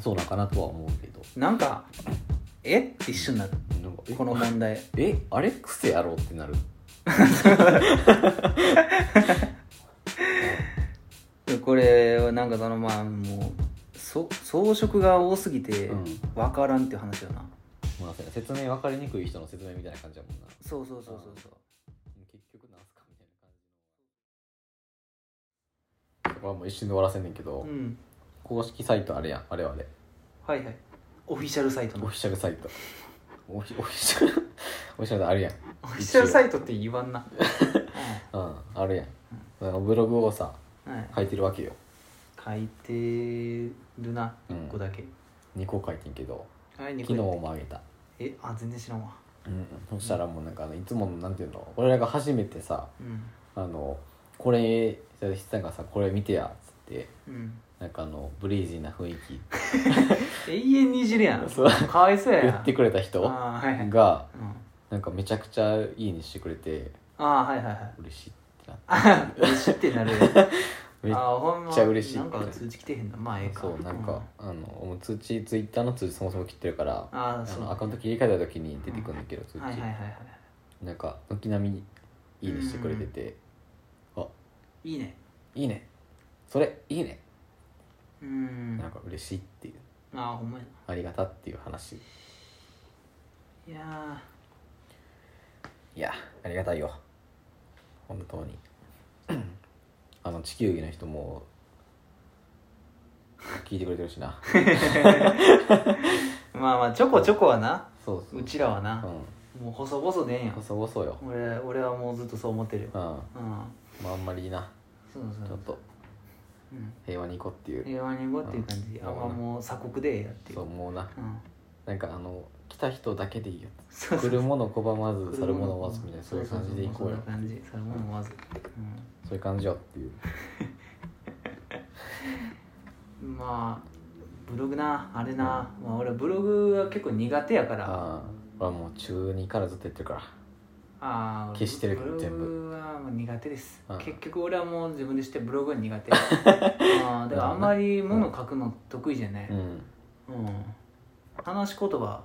B: そうなんかなとは思うけど
A: なんかえって一緒になる
B: なんかえ
A: この問題
B: えアレックスやろうってなる
A: これはなんかそのまあもうそ装飾が多すぎて
B: うん
A: 分からんっていう話だな、
B: まあそうや説明分かりにくい人の説明みたいな感じやもんな
A: そうそうそうそうそう
B: 結局なんすかみたいな感じのこれはもう一瞬で終わらせんねんけど、
A: うん
B: 公式サイトあれやんあれはあれ
A: はいはいオフィシャルサイト
B: オ
A: の
B: フィシャルサイトオフィオフィシャル オフィシャルあるやん
A: オフィシャルサイトって言わ んな、
B: うんあるやんなんかブログをさ
A: うんはい、
B: 書いてるわけよ
A: 書いてるな
B: うん
A: 1個だけ、
B: 2個書いてんけど
A: はい二個
B: 昨日もあげた、
A: えあ全然知らんわ
B: うん、そしたらもうなんかあのいつものなんていうの俺らが初めてさ
A: うん
B: あのこれ筆談がさこれ見てやっつって
A: うん
B: なんかあのブリージーな雰囲 気
A: 永遠にいじるやん
B: そう
A: かわいそうや
B: 言
A: な
B: ってくれた人
A: あーはいはい、うん、
B: がなんかめちゃくちゃいいにしてくれて
A: あーはいはいはい
B: 嬉しいってなって
A: あ嬉しいってなる
B: めっ
A: あーほんま
B: めっちゃ嬉しい
A: なんか通知来てへんなまあええか
B: そうなん
A: うん
B: か、あのもう通知ツイッターの通知そもそも切ってるから
A: あー
B: あ
A: そう
B: のアカウント切り替えた時に出てくるんだけど通知、
A: はいはいはいはい
B: なんか軒並みいいねしてくれてて、
A: いいね
B: いいねそれいいね
A: うん
B: なんか嬉しいっていう
A: ああほんまや
B: ありがたっていう話い
A: ないや
B: やありがたいよ本当に あの地球儀の人も聞いてくれてるしな
A: ーまあまあちょこちょこはな
B: そうそう
A: うちらはな
B: う
A: もう細々でええん
B: ん
A: や
B: 細々よ
A: 俺俺はもうずっとそう思ってるよ
B: うん
A: うん
B: まああんまりな
A: そうそう
B: ちょっと
A: うん
B: 平和に行こうっていう
A: 平和に行こうっていう感じ
B: うん
A: あんまもう鎖国でええやっていう
B: そうもうな
A: うん
B: なんかあの来た人だけでいいよ
A: そうそ
B: 来
A: う
B: るもの拒 まず去るものを待つみたいなそういう感じで行こうよ
A: そそそんな感じそれも思わず、
B: そういう感じよっていう
A: うん、まあブログなあれな、まあ、俺ブログは結構苦手やから
B: ああ俺はもう中2からずっとやってるから
A: あー
B: 消してるけど
A: ブログ
B: 全部
A: はもう苦手です、
B: うん
A: 結局俺はもう自分でしてブログは苦 手あーだからあんまり物書くの得意じゃない、
B: うん
A: うん話し言葉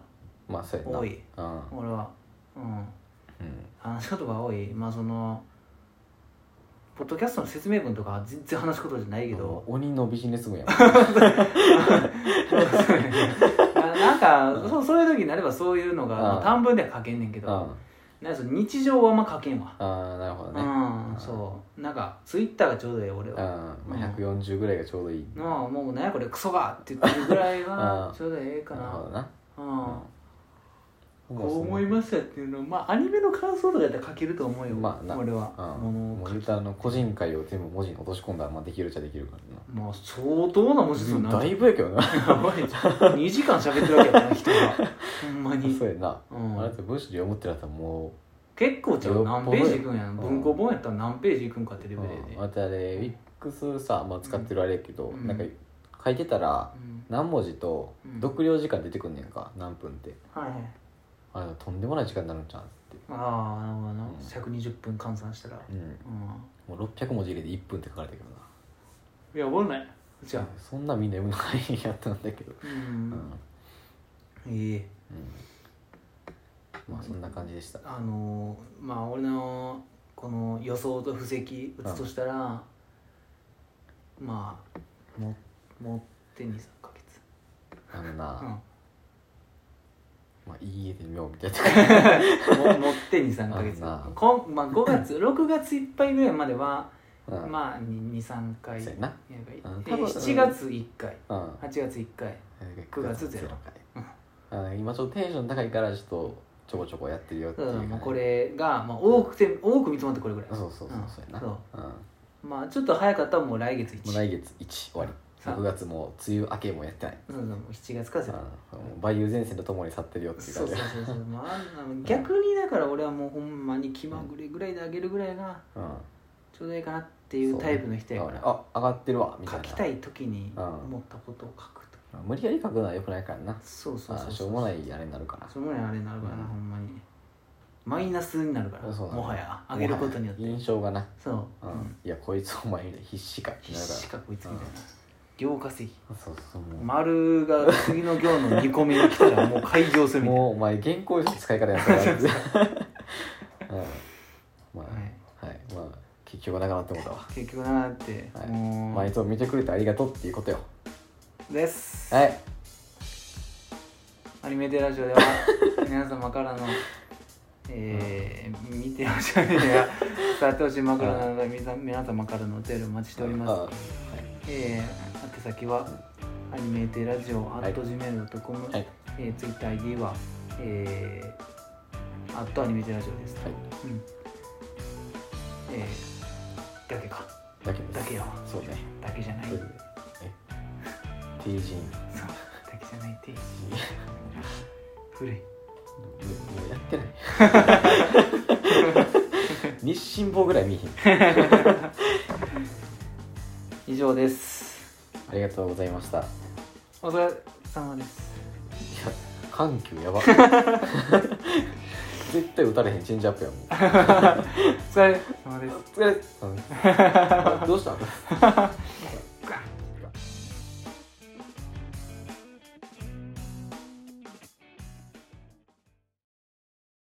B: まあそうやな
A: 多い
B: うん
A: 俺はうん
B: うん
A: 話し言葉多いまあそのポッドキャストの説明文とかは全然話すことじゃないけど、
B: 鬼のビジネス 部やん
A: ななんか、そうそういう時になればそういうのが、
B: うん
A: まあ短文では書けんねんけ
B: うん
A: ど、
B: あ
A: なんかその日常はあんま書けんわ、
B: あなるほどねうん
A: うんそうなんかツイッターがちょうどいい俺は、
B: まあ140ぐらいがちょうどいい
A: まあもう何やこれクソがって言ってるぐらいは
B: うん
A: ちょうどええか
B: なる
A: な
B: ほどな
A: うん、
B: うん
A: こう思いましたっていうのはまあアニメの感想とかやったら書けると思うよ、
B: まあな
A: 俺は、
B: うんも
A: も
B: う
A: う
B: 言うたらあの個人会を全部文字に落とし込んだらまあできるっちゃできるからな
A: まあ相当な文字数にな
B: だ
A: る
B: いぶやけどな
A: やばいじゃん2時間喋ってるわけやから人 がほんまに
B: そうやな
A: うん
B: あれって文章で読むってなったらも
A: 結構ちゃう何ページいくんやん
B: ん
A: 文庫本やったら何ページいくんかってレ
B: う
A: ベルやで、
B: うんまたあれ Wix さまあ使ってるあれやけど
A: うん
B: なんか書いてたら
A: うん
B: 何文字と
A: うん
B: 読量時間出てくんねんか何分って
A: はいはい
B: あれとんでもない時間になるんちゃうんっつっ
A: ああなるほどな、
B: うん
A: 120分換算したら
B: てうん
A: う
B: もう600文字入れて1分って書かれたけどなん
A: いやおもろないじゃあ
B: そんなみんな読むの大変やったんだけど
A: う
B: うん
A: ん、いい
B: まあそんな感じでした
A: あのーまあ俺のこの予想と布石打つとしたら、まあも持って23ヶ月
B: あのな、
A: うん
B: まあいい家で見ようみたい な
A: も持って23ヶ月
B: あんな
A: こん、まあ、5月6月 いっぱいぐらいまでは、
B: うん
A: まあ23回
B: そうや
A: や
B: な
A: ばい
B: うん
A: で
B: 多分
A: 7月1回
B: うん
A: 8月1回9月ゼロ
B: うん今ちょっとテンション高いからちょっとちょこちょこやってるよって
A: う
B: い
A: ん
B: う、
A: もうこれが、まあ、多くて多く見積もってこれぐらい
B: そうそうそうそうや
A: う
B: な、
A: んそ
B: うんも
A: まあちょっと早かったらもう来月1
B: う来月1終わり
A: さ
B: 6月もう梅雨明けもやってない、
A: そうそうもう7月から
B: う
A: ゼ
B: ん
A: ロ
B: もう梅雨前線とともに去ってるよっていう
A: そ
B: 感
A: う
B: じ
A: そうそうそう、まあ、あの逆にだから俺はもうほんまに気まぐれぐらいであげるぐらいが
B: うんっ
A: ちょうどいいかなっていうタイプの人やから、
B: あ上がってるわみた
A: 書
B: いな
A: きたい時に
B: うん
A: 思ったことを書くと、
B: まあ無理やり書くのはよくないからな
A: そうそう
B: あ
A: そう
B: しょうもないあれになるから
A: そのぐらいあれになるからな、
B: うん
A: ほんまにマイナスになるから
B: そうだね
A: もはや上げることによって
B: 印象がな、
A: そう、
B: う
A: うんん、
B: いやこいつお前必死かって
A: 必
B: なるから
A: 死かこいつみたいな行稼ぎ
B: そうそうもう,、
A: 丸が次の行の2個目に来たらもう開業するみたいな
B: もうお前原稿用紙の使い方やったか らってうん まあはい、まあ結局なくなってもうたわ、
A: 結局なーって、
B: はい
A: もう、
B: まあいつも見てくれてありがとうっていうことよ
A: です、
B: はい
A: アニメテラジオでは 皆様からのえー、見てほしいや佐藤島からなど皆さん皆様からのお便りお待ちしており
B: あは
A: ま
B: い
A: す、えー、宛先はアニメテラジオ
B: い
A: at gmail.com、
B: はい
A: えー、TwitterID はえー、アットアニメテラジオです、
B: はい
A: うんえー、だけか
B: だけです
A: だけよ
B: そうね、
A: だけじゃない、
B: う
A: そうん
B: え定人
A: だけじゃないって古い
B: もうもうやってない 日清坊ぐらい見えへん
A: 以上です
B: ありがとうございました。いや、
A: お疲れ様です
B: 緩急やば。 絶対打たれへんチェンジアップ やもん。
A: お疲れ様です
B: お疲れ。うんどうしたの